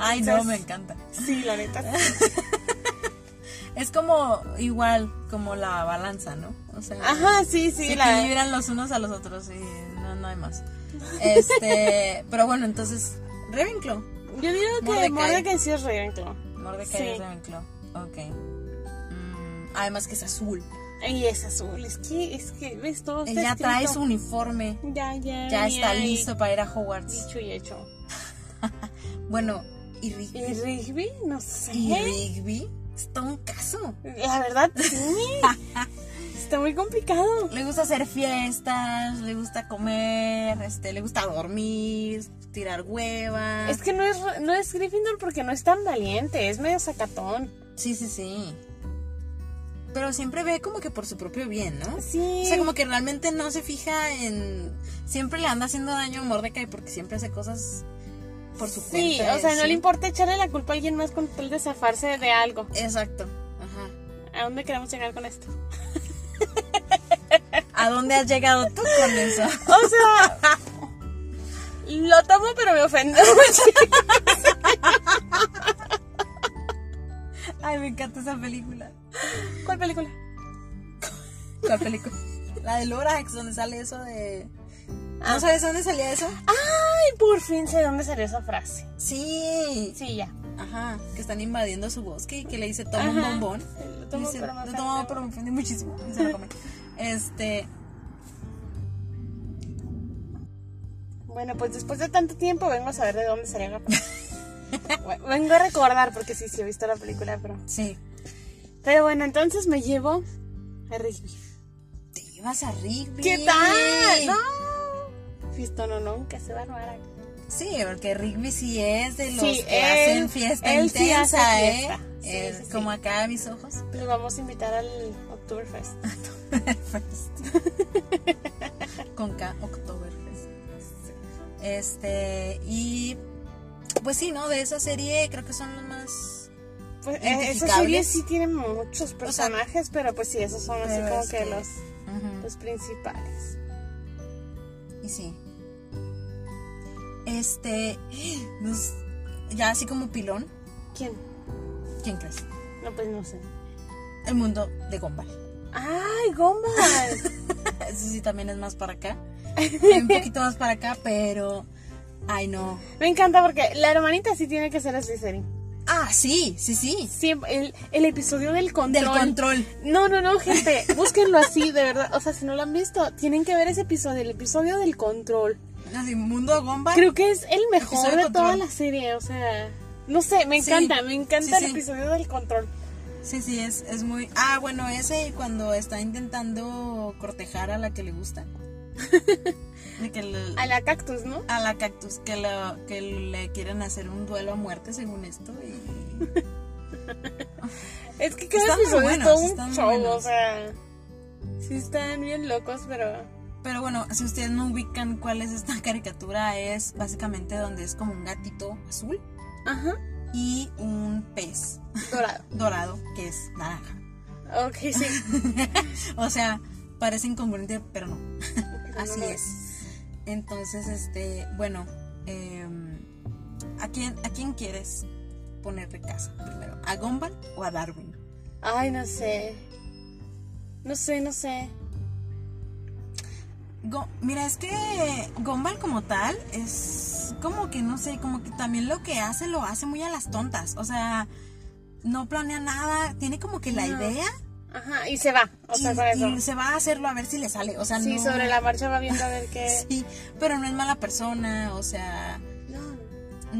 [SPEAKER 1] Ay, no,
[SPEAKER 2] Entonces,
[SPEAKER 1] me encanta.
[SPEAKER 2] Sí, la neta. sí.
[SPEAKER 1] Es como igual, como la balanza, ¿no? O sea,
[SPEAKER 2] Ajá, sí, sí,
[SPEAKER 1] se
[SPEAKER 2] la.
[SPEAKER 1] equilibran los unos a los otros y no, no hay más. Este, pero bueno, entonces, Ravenclaw.
[SPEAKER 2] Yo digo que
[SPEAKER 1] Mordecai.
[SPEAKER 2] Mordecai sí es Ravenclaw.
[SPEAKER 1] Mordecai
[SPEAKER 2] Sí.
[SPEAKER 1] es Ravenclaw. Ok. Mm, además que es azul.
[SPEAKER 2] Y es azul, es que, es que, ves, todo está
[SPEAKER 1] Ella trae su
[SPEAKER 2] escrito.
[SPEAKER 1] uniforme.
[SPEAKER 2] Ya, ya.
[SPEAKER 1] Ya está
[SPEAKER 2] y-
[SPEAKER 1] listo para ir a Hogwarts.
[SPEAKER 2] Dicho y hecho.
[SPEAKER 1] Bueno, y Rigby.
[SPEAKER 2] ¿Y ¿eh? Rigby? No sé.
[SPEAKER 1] ¿Y Rigby? Está un caso.
[SPEAKER 2] La verdad, sí. está muy complicado.
[SPEAKER 1] Le gusta hacer fiestas, le gusta comer, este, le gusta dormir, tirar hueva.
[SPEAKER 2] Es que no es, no es Gryffindor porque no es tan valiente, es medio sacatón.
[SPEAKER 1] Sí, sí, sí. Pero siempre ve como que por su propio bien, ¿no?
[SPEAKER 2] Sí.
[SPEAKER 1] O sea, como que realmente no se fija en... Siempre le anda haciendo daño a Mordecai porque siempre hace cosas por su
[SPEAKER 2] Sí,
[SPEAKER 1] cuenta.
[SPEAKER 2] o sea, no
[SPEAKER 1] sí.
[SPEAKER 2] le importa echarle la culpa a alguien más con tal de zafarse de algo.
[SPEAKER 1] Exacto. Ajá.
[SPEAKER 2] ¿A dónde queremos llegar con esto?
[SPEAKER 1] ¿A dónde has llegado tú con eso?
[SPEAKER 2] O sea, lo tomo, pero me ofende.
[SPEAKER 1] Ay, me encanta esa película.
[SPEAKER 2] ¿Cuál película?
[SPEAKER 1] ¿Cuál película? La de Lorax, donde sale eso de...
[SPEAKER 2] Ah.
[SPEAKER 1] ¿No sabes dónde salía eso?
[SPEAKER 2] Ay, por fin sé dónde salió esa frase.
[SPEAKER 1] Sí.
[SPEAKER 2] Sí, ya.
[SPEAKER 1] Ajá. Que están invadiendo su bosque y que le dice, toma un
[SPEAKER 2] Ajá.
[SPEAKER 1] bombón.
[SPEAKER 2] Lo
[SPEAKER 1] Y
[SPEAKER 2] tomo,
[SPEAKER 1] dice,
[SPEAKER 2] pero me
[SPEAKER 1] lo
[SPEAKER 2] ofende.
[SPEAKER 1] tomo, pero me ofende muchísimo. Y se lo come. Este...
[SPEAKER 2] Bueno, pues después de tanto tiempo vengo a saber de dónde salió la frase. Bueno, vengo a recordar, porque sí, sí he visto la película, pero...
[SPEAKER 1] Sí.
[SPEAKER 2] Pero bueno, entonces me llevo a Rigby.
[SPEAKER 1] Te llevas a Rigby.
[SPEAKER 2] ¿Qué tal? ¡No! Fisto no, nunca se va a armar aquí.
[SPEAKER 1] Sí, porque Rigby sí es de los
[SPEAKER 2] Sí,
[SPEAKER 1] que
[SPEAKER 2] él-
[SPEAKER 1] hacen fiesta
[SPEAKER 2] él sí
[SPEAKER 1] intensa,
[SPEAKER 2] hace
[SPEAKER 1] ¿eh?
[SPEAKER 2] fiesta. Sí,
[SPEAKER 1] Es
[SPEAKER 2] sí, sí.
[SPEAKER 1] como acá a mis ojos.
[SPEAKER 2] Los vamos a invitar al Oktoberfest.
[SPEAKER 1] Con K, Oktoberfest. pues. Este, y pues sí, ¿no? De esa serie creo que son los más...
[SPEAKER 2] Pues, eh, esa serie sí tiene muchos personajes, pero pues sí, esos son así
[SPEAKER 1] Pero
[SPEAKER 2] como
[SPEAKER 1] es
[SPEAKER 2] que,
[SPEAKER 1] que-
[SPEAKER 2] los,
[SPEAKER 1] Ujú.
[SPEAKER 2] los principales.
[SPEAKER 1] Y sí. Este, nos- ya así como pilón,
[SPEAKER 2] ¿Quién?
[SPEAKER 1] ¿quién crees?
[SPEAKER 2] No, pues no sé.
[SPEAKER 1] El mundo de Gumball.
[SPEAKER 2] ¡Ay, Gumball!
[SPEAKER 1] Eso sí también es más para acá. Hay un poquito más para acá, pero... Ay, no.
[SPEAKER 2] Me encanta porque la hermanita sí tiene que ser Slytherin.
[SPEAKER 1] Ah, sí, sí, sí.
[SPEAKER 2] Siempre, el, el episodio del control.
[SPEAKER 1] Del control.
[SPEAKER 2] No, no, no, gente, búsquenlo así, de verdad. O sea, si no lo han visto, tienen que ver ese episodio, el episodio del control.
[SPEAKER 1] Así, mundo de Gumball.
[SPEAKER 2] Creo que es el mejor
[SPEAKER 1] Episodio
[SPEAKER 2] de
[SPEAKER 1] del
[SPEAKER 2] toda
[SPEAKER 1] control.
[SPEAKER 2] la serie, o sea, no sé, me
[SPEAKER 1] Sí,
[SPEAKER 2] encanta, me encanta
[SPEAKER 1] sí,
[SPEAKER 2] el
[SPEAKER 1] sí.
[SPEAKER 2] episodio del control.
[SPEAKER 1] Sí, sí, es, es muy... Ah, bueno, ese cuando está intentando cortejar a la que le gusta. De que le-
[SPEAKER 2] A la cactus, ¿no?
[SPEAKER 1] a la cactus que, la- que le quieren hacer un duelo a muerte según esto. Y...
[SPEAKER 2] Es que cada
[SPEAKER 1] Están muy
[SPEAKER 2] episodio
[SPEAKER 1] buenos,
[SPEAKER 2] es todo
[SPEAKER 1] están
[SPEAKER 2] un
[SPEAKER 1] muy
[SPEAKER 2] show, o
[SPEAKER 1] buenos.
[SPEAKER 2] sea, sí están bien locos, pero
[SPEAKER 1] Pero bueno, si ustedes no ubican cuál es esta caricatura, es básicamente donde es como un gatito azul
[SPEAKER 2] ajá,
[SPEAKER 1] y un pez
[SPEAKER 2] dorado.
[SPEAKER 1] dorado que es naranja.
[SPEAKER 2] Ok, sí.
[SPEAKER 1] O sea, parece incongruente, pero no.
[SPEAKER 2] Pero
[SPEAKER 1] Así
[SPEAKER 2] no lo
[SPEAKER 1] es. Entonces, este, bueno, eh, ¿a, quién, ¿a quién quieres ponerle casa primero? ¿A Gumball o a Darwin?
[SPEAKER 2] Ay, no sé. No sé, no sé.
[SPEAKER 1] Go- Mira, es que Gumball como tal es como que no sé, como que también lo que hace lo hace muy a las tontas. O sea, no planea nada, tiene como que la
[SPEAKER 2] No,
[SPEAKER 1] idea
[SPEAKER 2] Ajá, y se va, o sea,
[SPEAKER 1] y-
[SPEAKER 2] con eso.
[SPEAKER 1] y, se va a hacerlo a ver si le sale. O sea,
[SPEAKER 2] Sí,
[SPEAKER 1] no-
[SPEAKER 2] sobre la marcha va viendo a ver qué.
[SPEAKER 1] Sí, pero no es mala persona, o sea,
[SPEAKER 2] No.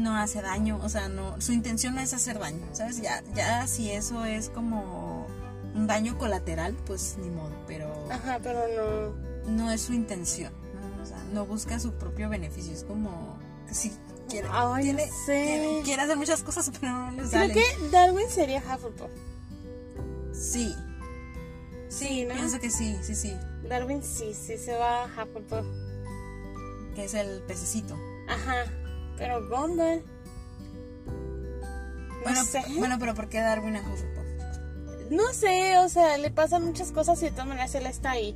[SPEAKER 1] no hace daño, o sea, no, su intención no es hacer daño, ¿sabes? Ya, ya si eso es como un daño colateral, pues ni modo, pero
[SPEAKER 2] Ajá, pero no.
[SPEAKER 1] no es su intención, ¿no? O sea, no busca su propio beneficio, es como si quiere,
[SPEAKER 2] Ay,
[SPEAKER 1] tiene-
[SPEAKER 2] no sé.
[SPEAKER 1] quiere hacer muchas cosas, pero no le
[SPEAKER 2] Creo
[SPEAKER 1] sale.
[SPEAKER 2] que Darwin sería Hufflepuff.
[SPEAKER 1] Sí. Sí,
[SPEAKER 2] Sí, ¿no?
[SPEAKER 1] pienso que sí, sí, sí,
[SPEAKER 2] Darwin sí, sí se va a Hufflepuff.
[SPEAKER 1] que es el pececito.
[SPEAKER 2] Ajá, pero Gumball. No
[SPEAKER 1] Bueno,
[SPEAKER 2] sé.
[SPEAKER 1] bueno, pero ¿por qué Darwin a Hufflepuff?
[SPEAKER 2] No sé, o sea, le pasan muchas cosas y de todas maneras él está ahí.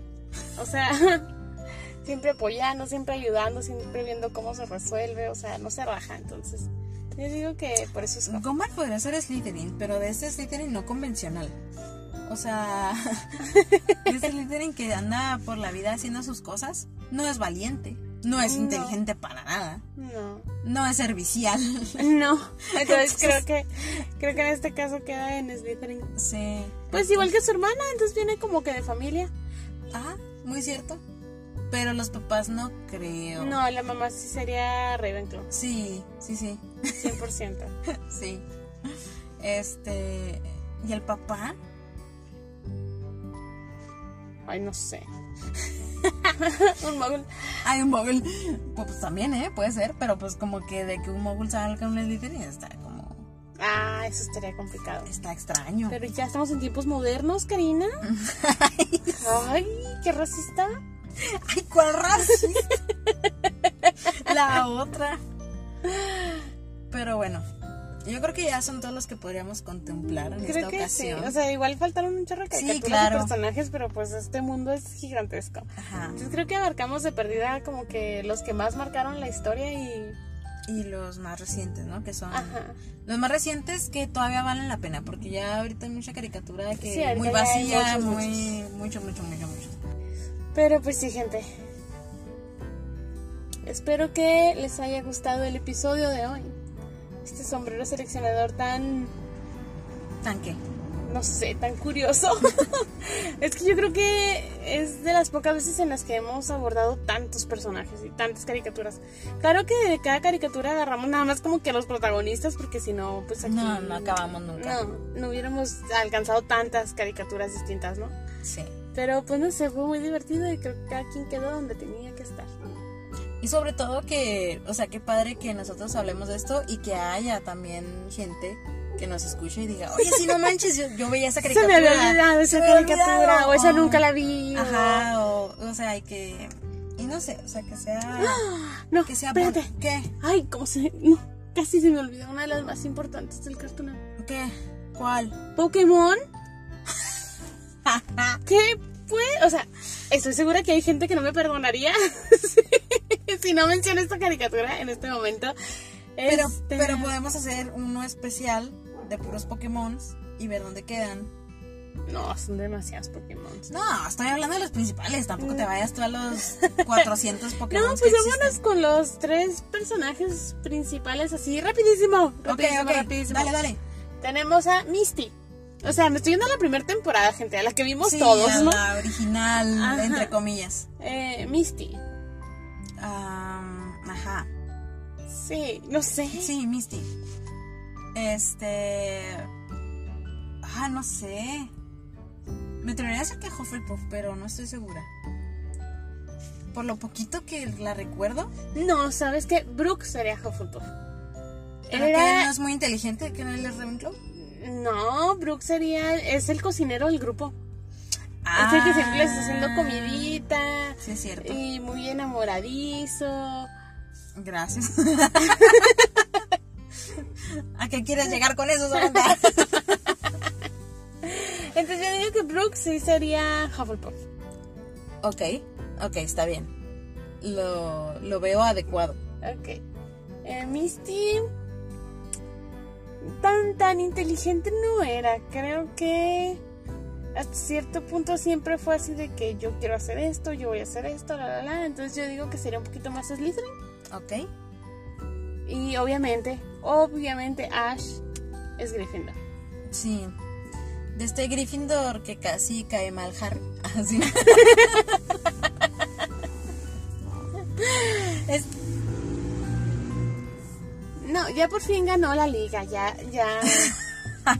[SPEAKER 2] O sea, siempre apoyando, siempre ayudando, siempre viendo cómo se resuelve, o sea, no se raja, entonces. Yo digo que por eso es Hufflepuff.
[SPEAKER 1] Gumball podría ser Slytherin, pero de este Slytherin no convencional. O sea, este Slytherin que anda por la vida haciendo sus cosas, no es valiente, no es
[SPEAKER 2] No.
[SPEAKER 1] inteligente para nada,
[SPEAKER 2] No.
[SPEAKER 1] no es servicial.
[SPEAKER 2] No. Entonces creo que creo que en este caso queda en Slytherin.
[SPEAKER 1] Sí.
[SPEAKER 2] Pues igual que su hermana, entonces viene como que de familia.
[SPEAKER 1] Ah, muy cierto. Pero los papás no creo.
[SPEAKER 2] No, la mamá sí sería Ravenclaw,
[SPEAKER 1] Sí, sí, sí,
[SPEAKER 2] 100%.
[SPEAKER 1] sí. Este, ¿y el papá?
[SPEAKER 2] Ay, no sé. Un mogul.
[SPEAKER 1] Hay un mogul. Pues, pues, también, ¿eh? Puede ser, pero pues como que de que un mogul salga un Slytherin está como...
[SPEAKER 2] Ah, eso estaría complicado.
[SPEAKER 1] Está extraño.
[SPEAKER 2] Pero ya estamos en tiempos modernos, Karina. Ay, qué racista.
[SPEAKER 1] Ay, ¿cuál racista? La otra. Pero bueno, yo creo que ya son todos los que podríamos contemplar en
[SPEAKER 2] Creo
[SPEAKER 1] esta
[SPEAKER 2] que sí.
[SPEAKER 1] ocasión.
[SPEAKER 2] O sea, igual faltaron un chorro de
[SPEAKER 1] Sí,
[SPEAKER 2] caricaturas y
[SPEAKER 1] claro.
[SPEAKER 2] personajes, pero pues este mundo es gigantesco.
[SPEAKER 1] Ajá.
[SPEAKER 2] Entonces creo que abarcamos de perdida como que los que más marcaron la historia y...
[SPEAKER 1] Y los más recientes, ¿no? Que son
[SPEAKER 2] Ajá.
[SPEAKER 1] los más recientes que todavía valen la pena, porque ya ahorita hay mucha caricatura que
[SPEAKER 2] Sí, ahorita
[SPEAKER 1] muy
[SPEAKER 2] ya hay
[SPEAKER 1] vacía,
[SPEAKER 2] muchos,
[SPEAKER 1] muy mucho, mucho, mucho, mucho.
[SPEAKER 2] Pero pues sí, gente. Espero que les haya gustado el episodio de hoy. Este sombrero seleccionador tan,
[SPEAKER 1] Tanque.
[SPEAKER 2] no sé, tan curioso. es que yo creo que es de las pocas veces en las que hemos abordado tantos personajes y tantas caricaturas. Claro que de cada caricatura agarramos nada más como que los protagonistas, porque si no, pues aquí...
[SPEAKER 1] No, no acabamos nunca.
[SPEAKER 2] No, no hubiéramos alcanzado tantas caricaturas distintas, ¿no?
[SPEAKER 1] Sí.
[SPEAKER 2] Pero pues no sé, fue muy divertido y creo que cada quien quedó donde tenía que estar.
[SPEAKER 1] Y sobre todo que, o sea, qué padre que nosotros hablemos de esto y que haya también gente que nos escuche y diga, oye, si no manches, yo, yo veía esa
[SPEAKER 2] Se me
[SPEAKER 1] caricatura.
[SPEAKER 2] había olvidado esa
[SPEAKER 1] se me había
[SPEAKER 2] caricatura,
[SPEAKER 1] olvidado",
[SPEAKER 2] o esa nunca la vi. o-
[SPEAKER 1] Ajá, o, o sea, y que, y no sé, o sea, que sea,
[SPEAKER 2] No,
[SPEAKER 1] que sea,
[SPEAKER 2] espérate.
[SPEAKER 1] ¿qué?
[SPEAKER 2] Ay, cómo se. No, Casi se me olvidó una de las más importantes del cartón.
[SPEAKER 1] ¿Qué? ¿Cuál?
[SPEAKER 2] Pokémon. ¿Qué fue? O sea, estoy segura que hay gente que no me perdonaría si no menciono esta caricatura en este momento.
[SPEAKER 1] Pero,
[SPEAKER 2] Este,
[SPEAKER 1] pero podemos hacer uno especial de puros Pokémon y ver dónde quedan.
[SPEAKER 2] No, son demasiados Pokémon.
[SPEAKER 1] No, estoy hablando de los principales. Tampoco te vayas tú a los 400
[SPEAKER 2] Mm. No,
[SPEAKER 1] Pokémon.
[SPEAKER 2] pues
[SPEAKER 1] que existen.
[SPEAKER 2] vámonos con los tres personajes principales así, rapidísimo.
[SPEAKER 1] Ok,
[SPEAKER 2] Rapidísimo,
[SPEAKER 1] ok.
[SPEAKER 2] rapidísimo.
[SPEAKER 1] Dale, dale.
[SPEAKER 2] Tenemos a Misty. O sea, me estoy yendo a la primera temporada, gente, a la que vimos
[SPEAKER 1] Sí, a
[SPEAKER 2] todos, ¿no?
[SPEAKER 1] la original,
[SPEAKER 2] Ajá.
[SPEAKER 1] entre comillas.
[SPEAKER 2] Eh, Misty.
[SPEAKER 1] Am, ajá.
[SPEAKER 2] Sí, no sé.
[SPEAKER 1] Sí, Misty. Este. Ah, no sé. Me atrevería a decir que Hufflepuff, pero no estoy segura. Por lo poquito que la recuerdo,
[SPEAKER 2] No, ¿sabes qué? Brooke sería Hufflepuff.
[SPEAKER 1] pero que él Ah, no
[SPEAKER 2] Era...
[SPEAKER 1] es muy inteligente, que no él es Ravenclaw.
[SPEAKER 2] No, Brooke sería... Es el cocinero del grupo. Es
[SPEAKER 1] Ah.
[SPEAKER 2] el que siempre le está haciendo comidita.
[SPEAKER 1] Sí, es cierto.
[SPEAKER 2] Y muy enamoradizo.
[SPEAKER 1] Gracias. ¿A qué quieres llegar con eso, Samantha?
[SPEAKER 2] Entonces yo digo que Brooke sí sería Hufflepuff.
[SPEAKER 1] ok, ok, está bien. Lo, lo veo adecuado.
[SPEAKER 2] Ok. Eh, Misty. Tan, tan inteligente no era. Creo que. Hasta cierto punto siempre fue así de que yo quiero hacer esto, yo voy a hacer esto, la la la. Entonces yo digo que sería un poquito más Slytherin.
[SPEAKER 1] Ok.
[SPEAKER 2] Y obviamente, obviamente Ash es Gryffindor.
[SPEAKER 1] Sí. De este Gryffindor que casi cae mal Harry. Así. Es-
[SPEAKER 2] No, ya por fin ganó la liga, ya, ya.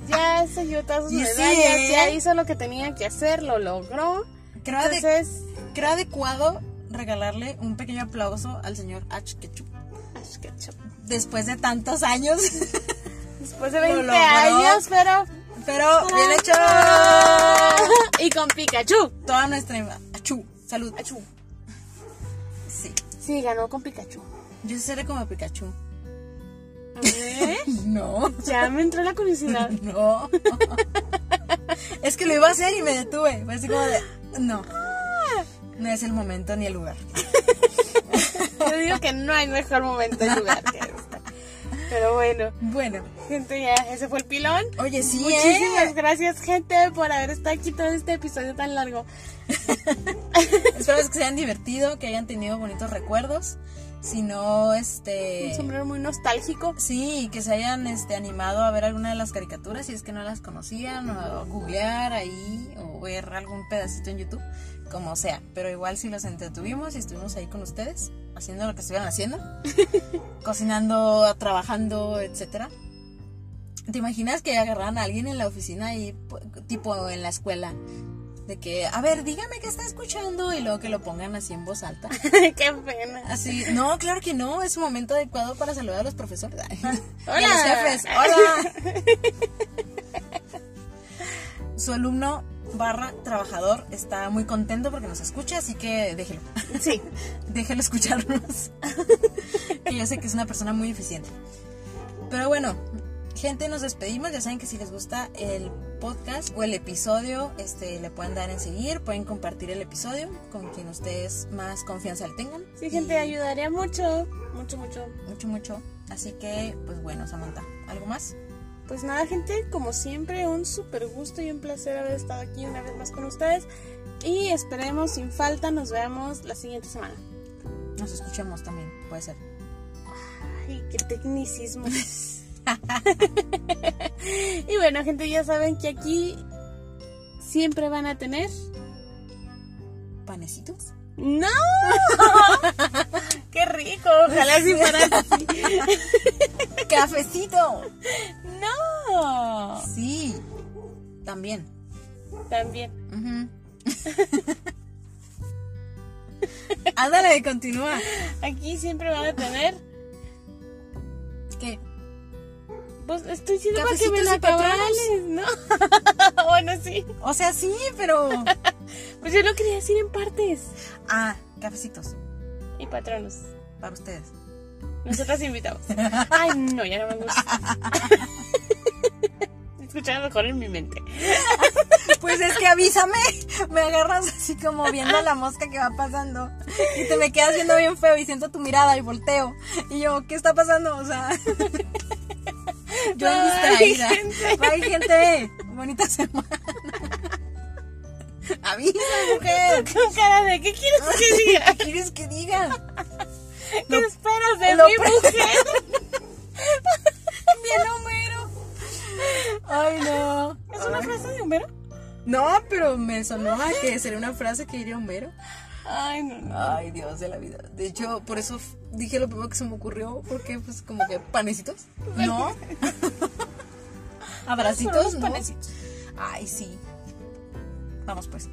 [SPEAKER 2] ya se dio todas sus
[SPEAKER 1] Y sí,
[SPEAKER 2] medallas,
[SPEAKER 1] ¿eh?
[SPEAKER 2] ya hizo lo que tenía que hacer, lo logró.
[SPEAKER 1] creo, ade-
[SPEAKER 2] Entonces,
[SPEAKER 1] creo adecuado regalarle un pequeño aplauso al señor Ash Ketchum.
[SPEAKER 2] Ash Ketchum.
[SPEAKER 1] Después de tantos años.
[SPEAKER 2] Después de
[SPEAKER 1] Lo
[SPEAKER 2] 20
[SPEAKER 1] logró.
[SPEAKER 2] años, pero. ¡Ah!
[SPEAKER 1] Pero bien hecho.
[SPEAKER 2] Y con Pikachu.
[SPEAKER 1] Toda nuestra... Achú. Salud. Achú. Sí.
[SPEAKER 2] Sí, ganó con Pikachu.
[SPEAKER 1] Yo seré como Pikachu.
[SPEAKER 2] A ver.
[SPEAKER 1] No.
[SPEAKER 2] ya me entró la curiosidad.
[SPEAKER 1] No. es que lo iba a hacer y me detuve. Fue así como de, no. No es el momento ni el lugar.
[SPEAKER 2] Yo digo que no hay mejor momento y lugar que este. Pero bueno,
[SPEAKER 1] Bueno,
[SPEAKER 2] gente, ya, ese fue el pilón.
[SPEAKER 1] oye, sí, ¿eh?
[SPEAKER 2] Muchísimas gracias, gente, por haber estado aquí todo este episodio tan largo.
[SPEAKER 1] Espero que se hayan divertido, que hayan tenido bonitos recuerdos. Si no, este.
[SPEAKER 2] Un sombrero muy nostálgico.
[SPEAKER 1] Sí, que se hayan este, animado a ver alguna de las caricaturas si es que no las conocían, o a googlear ahí, o ver algún pedacito en YouTube, como sea. Pero igual si los entretuvimos y estuvimos ahí con ustedes, haciendo lo que estuvieran haciendo, cocinando, trabajando, etcétera. ¿Te imaginas que agarraran a alguien en la oficina y pu- tipo en la escuela? De que, a ver, dígame qué está escuchando y luego que lo pongan así en voz alta.
[SPEAKER 2] Qué pena.
[SPEAKER 1] Así, no, claro que no, es un momento adecuado para saludar a los profesores. Ay. Y a los
[SPEAKER 2] Ah, Hola.
[SPEAKER 1] jefes, hola. Su alumno barra trabajador está muy contento porque nos escucha, así que déjelo,
[SPEAKER 2] Sí.
[SPEAKER 1] déjelo escucharnos. que yo sé que es una persona muy eficiente. Pero bueno, gente, nos despedimos. Ya saben que si les gusta el podcast o el episodio, este, le pueden dar en seguir, pueden compartir el episodio con quien ustedes más confianza le tengan.
[SPEAKER 2] Sí, gente, ayudaría mucho. Mucho, mucho.
[SPEAKER 1] mucho, mucho. Así que, pues bueno, Samantha, ¿algo más?
[SPEAKER 2] Pues nada, gente, como siempre, un súper gusto y un placer haber estado aquí una vez más con ustedes. Y esperemos sin falta nos veamos la siguiente semana.
[SPEAKER 1] Nos escuchamos también, puede ser.
[SPEAKER 2] Ay, qué tecnicismo. y bueno, gente, ya saben que aquí siempre van a tener.
[SPEAKER 1] ¿Panecitos?
[SPEAKER 2] ¡No! ¡Qué rico! Ojalá así fuera así.
[SPEAKER 1] ¡Cafecito!
[SPEAKER 2] ¡No!
[SPEAKER 1] Sí, también.
[SPEAKER 2] También.
[SPEAKER 1] Ujú. Ándale, continúa.
[SPEAKER 2] Aquí siempre van a tener.
[SPEAKER 1] ¿Qué?
[SPEAKER 2] Pues estoy diciendo para que me
[SPEAKER 1] Cafecitos
[SPEAKER 2] la
[SPEAKER 1] y patrones.
[SPEAKER 2] cabales, ¿no? bueno, sí.
[SPEAKER 1] O sea, sí, pero...
[SPEAKER 2] Pues yo lo quería decir en partes.
[SPEAKER 1] Ah, cafecitos,
[SPEAKER 2] Y patronos.
[SPEAKER 1] para ustedes.
[SPEAKER 2] Ujú. Nosotras invitamos. Ay, no, ya no me gusta. Escuchaba mejor en mi mente.
[SPEAKER 1] Pues es que avísame, me agarras así como viendo la mosca que va pasando y te me quedas viendo bien feo y siento tu mirada y volteo y yo, ¿qué está pasando? O sea, yo
[SPEAKER 2] Bye,
[SPEAKER 1] distraída. Bye, gente. Bonita semana. Avisa, mujer.
[SPEAKER 2] Con cara de, ¿qué quieres que diga?
[SPEAKER 1] ¿Qué quieres que diga?
[SPEAKER 2] ¿Qué esperas de
[SPEAKER 1] lo
[SPEAKER 2] mi
[SPEAKER 1] pre-
[SPEAKER 2] mujer?
[SPEAKER 1] Bien Homero. Ay, no.
[SPEAKER 2] ¿Es una frase de Homero?
[SPEAKER 1] No, pero me sonó a que sería una frase que diría Homero.
[SPEAKER 2] Ay, no, no.
[SPEAKER 1] Ay, Dios de la vida. De hecho, por eso f- dije lo primero que se me ocurrió, porque pues como que panecitos. No.
[SPEAKER 2] Solo
[SPEAKER 1] Abracitos,
[SPEAKER 2] los
[SPEAKER 1] no.
[SPEAKER 2] panecitos.
[SPEAKER 1] Ay, sí. Vamos pues.